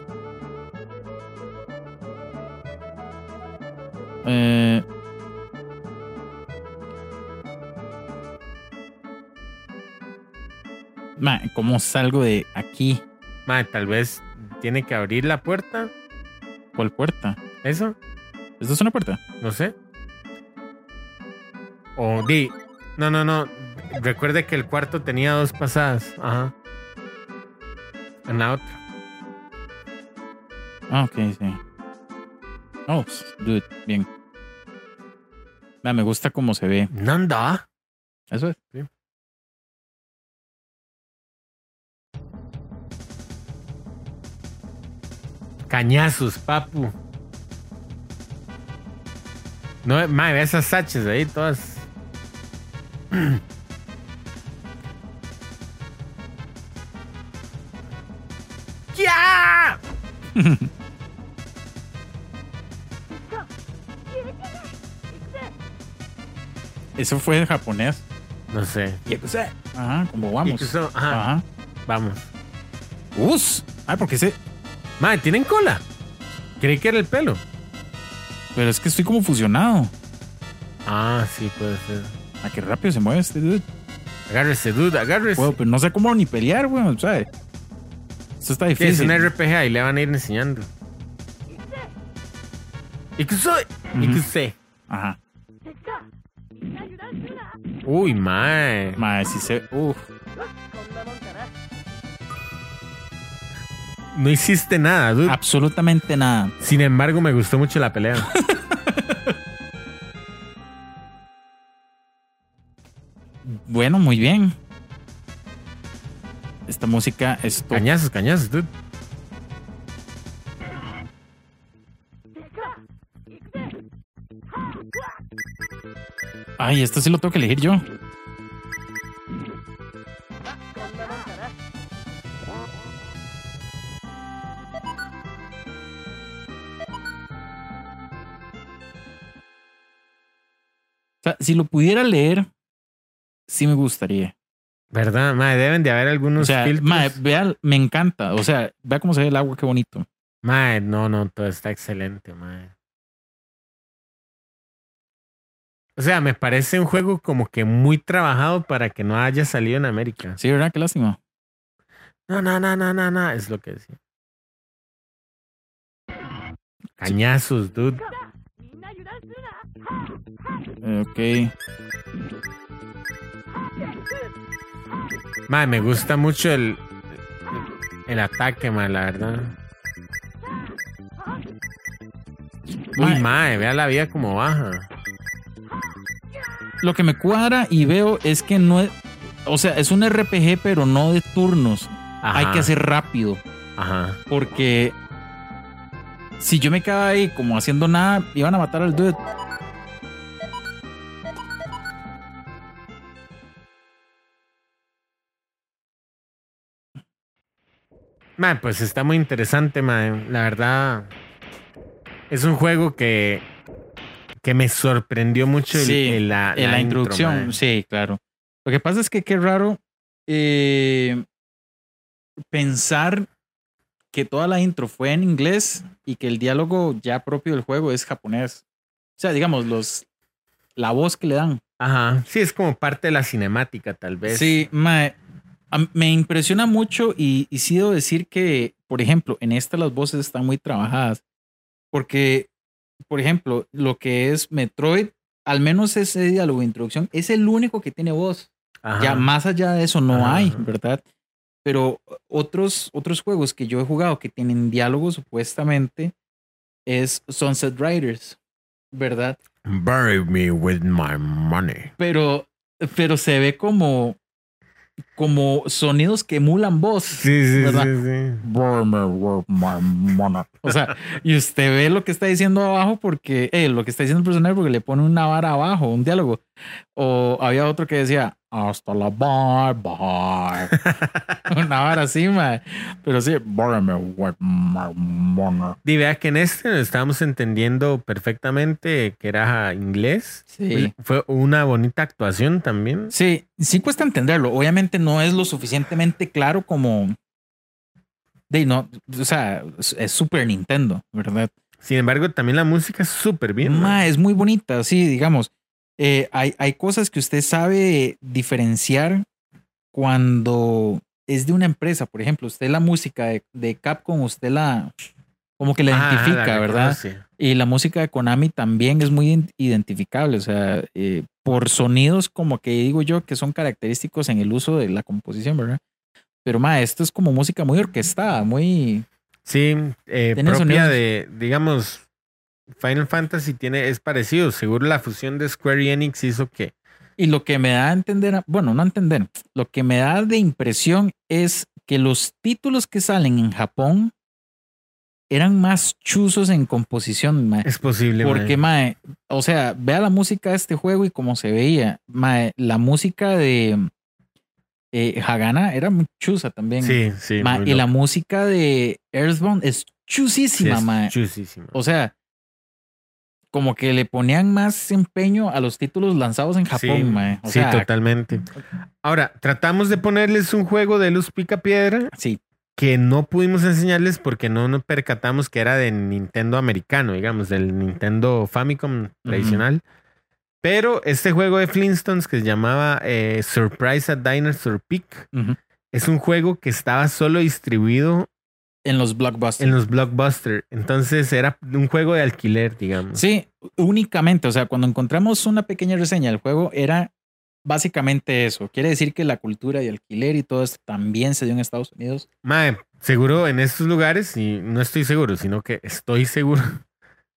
S1: Eh. Mae, ¿cómo salgo de aquí?
S3: mae, tal vez tiene que abrir la puerta.
S1: ¿Cuál puerta?
S3: Eso,
S1: ¿Esto es una puerta?
S3: no sé. O di. No, no, no. Recuerde que el cuarto tenía dos pasadas. Ajá. En la otra.
S1: Ah, ok, sí. Oh, s- dude, bien. Nah, me gusta cómo se ve.
S3: Nanda.
S1: Eso es.
S3: Sí. Cañazos, papu. No, madre, ve esas haches ahí, todas. ¡Ya!
S1: Eso fue en japonés.
S3: No sé.
S1: Ajá, como vamos.
S3: Incluso- ajá,
S1: Ajá.
S3: Vamos.
S1: Us. Ay, porque sé.
S3: Madre, ¿tienen cola? Creí que era el pelo.
S1: Pero es que estoy como fusionado.
S3: Ah, sí, puede ser.
S1: A qué rápido se mueve este dude.
S3: Agárrese, dude, agárrese.
S1: Güey, pues no sé cómo ni pelear, güey, ¿sabes? Esto está
S3: Sí, es
S1: difícil.
S3: un RPG, ahí le van a ir enseñando. Incluso, incluso.
S1: Ajá.
S3: Uy, mae.
S1: Mae, si se. Uf.
S3: No hiciste nada, dude.
S1: Absolutamente nada.
S3: Sin embargo, me gustó mucho la pelea.
S1: Bueno, muy bien. Esta música es to-
S3: cañazos, cañazos, dude.
S1: Ay, esto sí lo tengo que elegir yo. O sea, si lo pudiera leer, sí me gustaría.
S3: ¿Verdad, mae? Deben de haber algunos
S1: O sea,
S3: filtros.
S1: mae,
S3: Mae.
S1: vea, me encanta. O sea, vea cómo se ve el agua, qué bonito.
S3: no, no, todo está excelente, mae. O sea, me parece un juego como que muy trabajado para que no haya salido en América.
S1: Sí, ¿verdad? Qué lástima.
S3: No, no, no, no, no, no, es lo que decía. Cañazos, dude.
S1: Eh, ok.
S3: Mae, me gusta mucho el, el ataque, mae, la verdad. Uy,
S1: Mae,
S3: mae, vea la vida como baja.
S1: lo que me cuadra y veo es que no es. O sea, es un RPG, pero no de turnos.
S3: Ajá,
S1: Hay que hacer rápido.
S3: Ajá.
S1: Porque si yo me quedaba ahí como haciendo nada, iban a matar al dude.
S3: Mae, pues está muy interesante, mae. La verdad, es un juego que, que me sorprendió mucho el-
S1: Sí,
S3: el- la,
S1: en la,
S3: intro, eh.
S1: introducción,
S3: mae.
S1: sí, claro. Lo que pasa es que qué raro eh, pensar que toda la intro fue en inglés y que el diálogo ya propio del juego es japonés. O sea, digamos, los la voz que le dan.
S3: Ajá. Sí, es como parte de la cinemática, tal vez.
S1: Sí, mae, a- me impresiona mucho y, y sí debo decir que, por ejemplo, en esta las voces están muy trabajadas. Porque, por ejemplo, lo que es Metroid, al menos ese diálogo de introducción, es el único que tiene voz.
S3: Ajá.
S1: Ya más allá de eso no
S3: Ajá,
S1: hay,
S3: ajá.
S1: ¿verdad? Pero otros, otros juegos que yo he jugado que tienen diálogo supuestamente es Sunset Riders, ¿verdad?
S3: Bury me with my money.
S1: Pero, pero se ve como, como sonidos que emulan voz.
S3: Sí, sí,
S1: ¿Verdad?
S3: sí, sí.
S1: Bury me with my money. O sea, y usted ve lo que está diciendo abajo porque, eh, lo que está diciendo el personaje porque le pone una vara abajo, un diálogo. O había otro que decía, hasta la bar, bar. una vara así, mae. Pero sí, bury me with my money.
S3: Y vea que en este lo estábamos entendiendo perfectamente que era inglés.
S1: Sí.
S3: Fue una bonita actuación también.
S1: Sí, sí cuesta entenderlo. Obviamente no es lo suficientemente claro como. De no, o sea, es es Super Nintendo, ¿verdad?
S3: Sin embargo, también la música es súper bien.
S1: Ma,
S3: mae.
S1: es muy bonita, sí, digamos. Eh, hay, hay cosas que usted sabe diferenciar cuando es de una empresa. Por ejemplo, usted la música de, de Capcom, usted la como que la
S3: Ajá, ajá,
S1: identifica,
S3: Ah, la
S1: ¿verdad?
S3: reconoce.
S1: Y la música de Konami también es muy in- identificable, o sea, eh, por sonidos como que digo yo que son característicos en el uso de la composición, ¿verdad? Pero ma, esto es como música muy orquestada, muy...
S3: Sí, eh,
S1: Tiene
S3: propia
S1: sonidos.
S3: de, digamos, Final Fantasy tiene, es parecido. Seguro la fusión de Square y Enix hizo
S1: Eh,
S3: que.
S1: Y lo que me da a entender, a- bueno, no a entender, lo que me da de impresión es que los títulos que salen en Japón eran más chuzos en composición, mae.
S3: Es posible.
S1: Porque,
S3: mae.
S1: mae, o sea, vea la música de este juego y cómo se veía. Mae, la música de eh, Hagana era muy chusa también.
S3: Sí, sí.
S1: Mae,
S3: muy
S1: y la
S3: loco.
S1: música de Earthbound es
S3: Sí,
S1: chusísima,
S3: es
S1: mae.
S3: chusísima.
S1: O sea, como que le ponían más empeño a los títulos lanzados en Japón,
S3: sí,
S1: mae. O
S3: sí,
S1: sea,
S3: totalmente. Ahora, tratamos de ponerles un juego de luz pica piedra
S1: Sí,
S3: que no pudimos enseñarles porque no nos percatamos que era de Nintendo americano, digamos, del Nintendo Famicom tradicional. Pero este juego de Flintstones que se llamaba eh, Surprise at Dinosaur Peak
S1: Ujú.
S3: es un juego que estaba solo distribuido
S1: en los blockbusters.
S3: en los blockbusters. Entonces era un juego de alquiler, digamos.
S1: Sí, únicamente. O sea, cuando encontramos una pequeña reseña del juego, era básicamente eso. Quiere decir que la cultura de alquiler y todo esto también se dio en Estados Unidos.
S3: Mae, seguro en estos lugares, y no estoy seguro, sino que estoy seguro.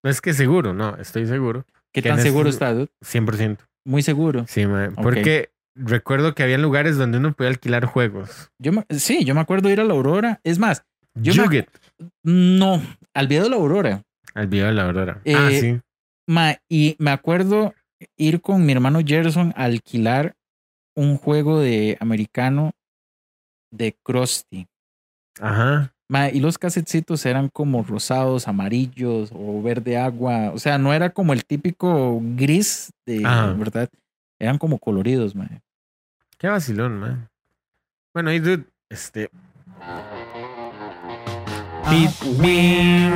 S3: No es que seguro, no, estoy seguro.
S1: ¿Qué
S3: Que
S1: tan
S3: en estos-
S1: seguro está? dude?
S3: 100%.
S1: Muy seguro.
S3: Sí, mae, Porque recuerdo que había lugares donde uno podía alquilar juegos.
S1: Yo me- sí, yo me acuerdo ir a la Aurora. Es más, Yo me-
S3: Yuget.
S1: no, al video de la Aurora.
S3: Al video de la aurora.
S1: Eh,
S3: ah, sí.
S1: Ma, y me acuerdo ir con mi hermano Gerson a alquilar un juego de americano de Krusty.
S3: Ajá.
S1: Ma, y los casetcitos eran como rosados, amarillos o verde agua. O sea, no era como el típico gris de
S3: Ajá.
S1: verdad. Eran como coloridos, ma.
S3: Qué vacilón, man. Bueno, y dude, este. Pip, pip.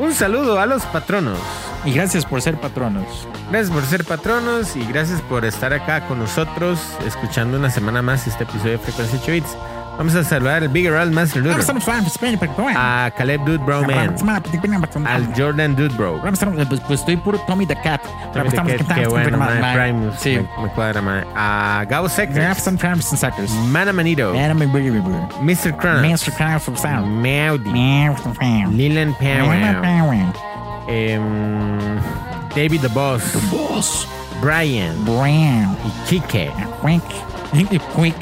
S3: Un saludo a los patronos.
S1: Y gracias por ser patronos.
S3: Gracias por ser patronos y gracias por estar acá con nosotros, escuchando una semana más este episodio de Frecuencia 8 Bits. Vamos a saludar al Bigger Al Master Dude, a Caleb Dude Bro Man, Ah, al Jordan Dude Bro.
S1: Pues, pues estoy puro Tommy the Cat.
S3: Qué, qué bueno, mae, Primus.
S1: este Sí.
S3: Me, me cuadra, mae. A Gabo Sectors. Mana Manito. Mr. Cronos. Mm. Meowdy. Leland Perrin. Em, David the Boss. Brian. Y Kike.
S1: Quick.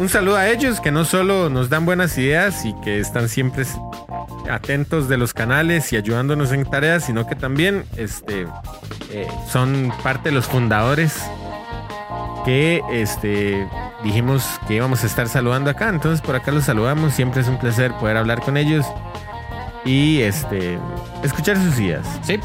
S3: Un saludo a ellos que no solo nos dan buenas ideas y que están siempre s- atentos de los canales y ayudándonos en tareas, sino que también este, eh, son parte de los fundadores que este, dijimos que íbamos a estar saludando acá, entonces por acá los saludamos, siempre es un placer poder hablar con ellos y este escuchar sus ideas.
S1: Sí.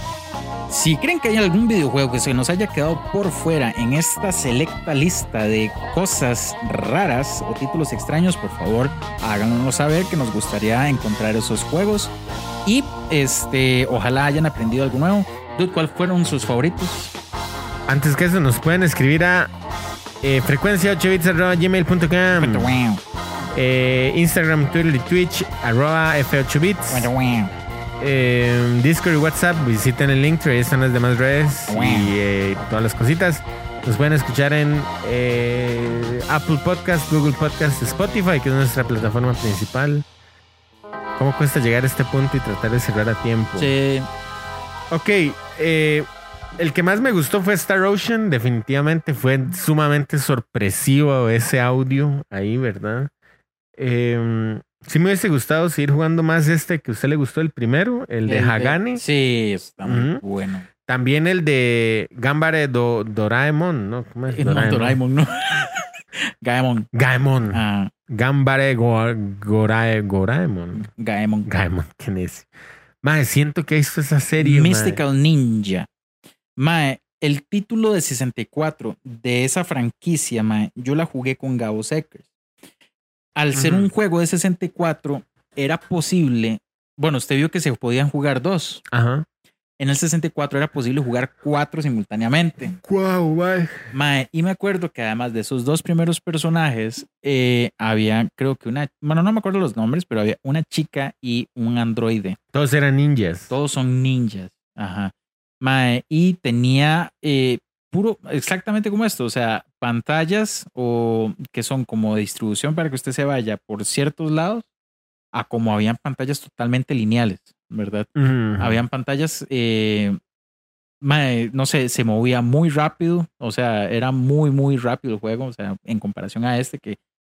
S1: Si creen que hay algún videojuego que se nos haya quedado por fuera en esta selecta lista de cosas raras o títulos extraños, por favor, háganos saber que nos gustaría encontrar esos juegos. Y este, ojalá hayan aprendido algo nuevo. Dude, ¿cuáles fueron sus favoritos?
S3: Antes que eso, nos pueden escribir a eh, frecuencia 8
S1: Pero
S3: bitsgmailcom
S1: bueno,
S3: eh, Instagram, Twitter y Twitch, arroba F8bits.
S1: pero bueno.
S3: Eh, Discord y WhatsApp, visiten el link, ahí están las demás redes y eh, todas las cositas. Nos pueden escuchar en eh, Apple Podcast, Google Podcast, Spotify, que es nuestra plataforma principal. ¿Cómo cuesta llegar a este punto y tratar de cerrar a tiempo?
S1: Sí.
S3: Ok, eh, el que más me gustó fue Star Ocean, definitivamente fue sumamente sorpresivo ese audio ahí, ¿verdad? Eh, sí me hubiese gustado seguir jugando más este que a usted le gustó el primero, el de Hagane.
S1: Sí, está muy
S3: Ujú.
S1: bueno.
S3: También el de Gambare Do- Doraemon, ¿no? ¿Cómo es?
S1: Eh, No, Doraemon, no. Gaemon.
S3: Gaemon.
S1: Ah,
S3: Gambare Go- Gorae- Goraemon.
S1: Gaemon.
S3: Gaemon, ¿quién es? Mae, siento que hizo esa serie. mae.
S1: Mystical Ninja. Mae, el título de 64 de esa franquicia, mae, yo la jugué con Gabo Seckers. Al ser
S3: Ujú.
S1: un juego de 64, era posible. Bueno, usted vio que se podían jugar dos.
S3: Ajá.
S1: En el 64 era posible jugar cuatro simultáneamente.
S3: Guau, mae.
S1: Mae, y me acuerdo que además de esos dos primeros personajes, eh, había, creo que una, bueno, no me acuerdo los nombres, pero había una chica y un androide.
S3: Todos eran ninjas.
S1: Todos son ninjas. Ajá. Mae, y tenía eh, puro, exactamente como esto, o sea, pantallas o que son como de distribución para que usted se vaya por ciertos lados, a como habían pantallas totalmente lineales, ¿verdad?
S3: Ujú.
S1: Habían pantallas, eh, mae, no sé, se movía muy rápido, o sea, era muy, muy rápido el juego, o sea, en comparación a este que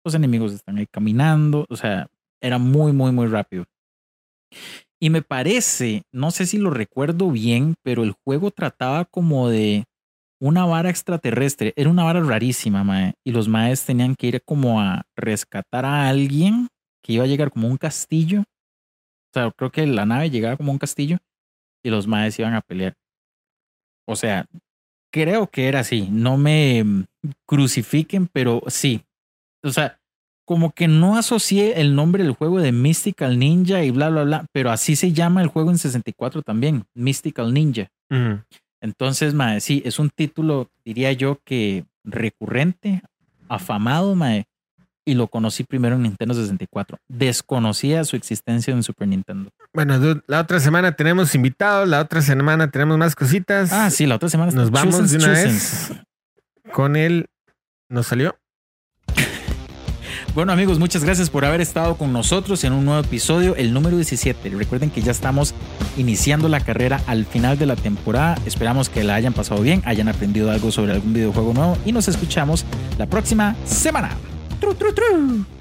S1: los enemigos están ahí caminando, o sea, era muy, muy, muy rápido. Y me parece, no sé si lo recuerdo bien, pero el juego trataba como de una vara extraterrestre, era una vara rarísima, mae, y los maes tenían que ir como a rescatar a alguien que iba a llegar como a un castillo o sea, creo que la nave llegaba como a un castillo y los maes iban a pelear. O sea, creo que era así. No me mm, crucifiquen, pero sí. O sea, como que no asocié el nombre del juego de Mystical Ninja y bla, bla, bla, pero así se llama el juego en 64 también, Mystical Ninja.
S3: Ujú.
S1: Entonces, mae, sí, es un título, diría yo, que recurrente, afamado, mae. Y lo conocí primero en Nintendo 64. Desconocía su existencia en Super Nintendo.
S3: Bueno, dude, la otra semana tenemos invitados, la otra semana tenemos más cositas.
S1: Ah, sí, la otra semana
S3: Nos
S1: está
S3: vamos de
S1: Chusens,
S3: una
S1: Chusens.
S3: vez con el... ¿Nos salió?
S1: Bueno, amigos, muchas gracias por haber estado con nosotros en un nuevo episodio, el número 17. Recuerden que ya estamos iniciando la carrera al final de la temporada. Esperamos que la hayan pasado bien, hayan aprendido algo sobre algún videojuego nuevo y nos escuchamos la próxima semana. Tru, tru, tru.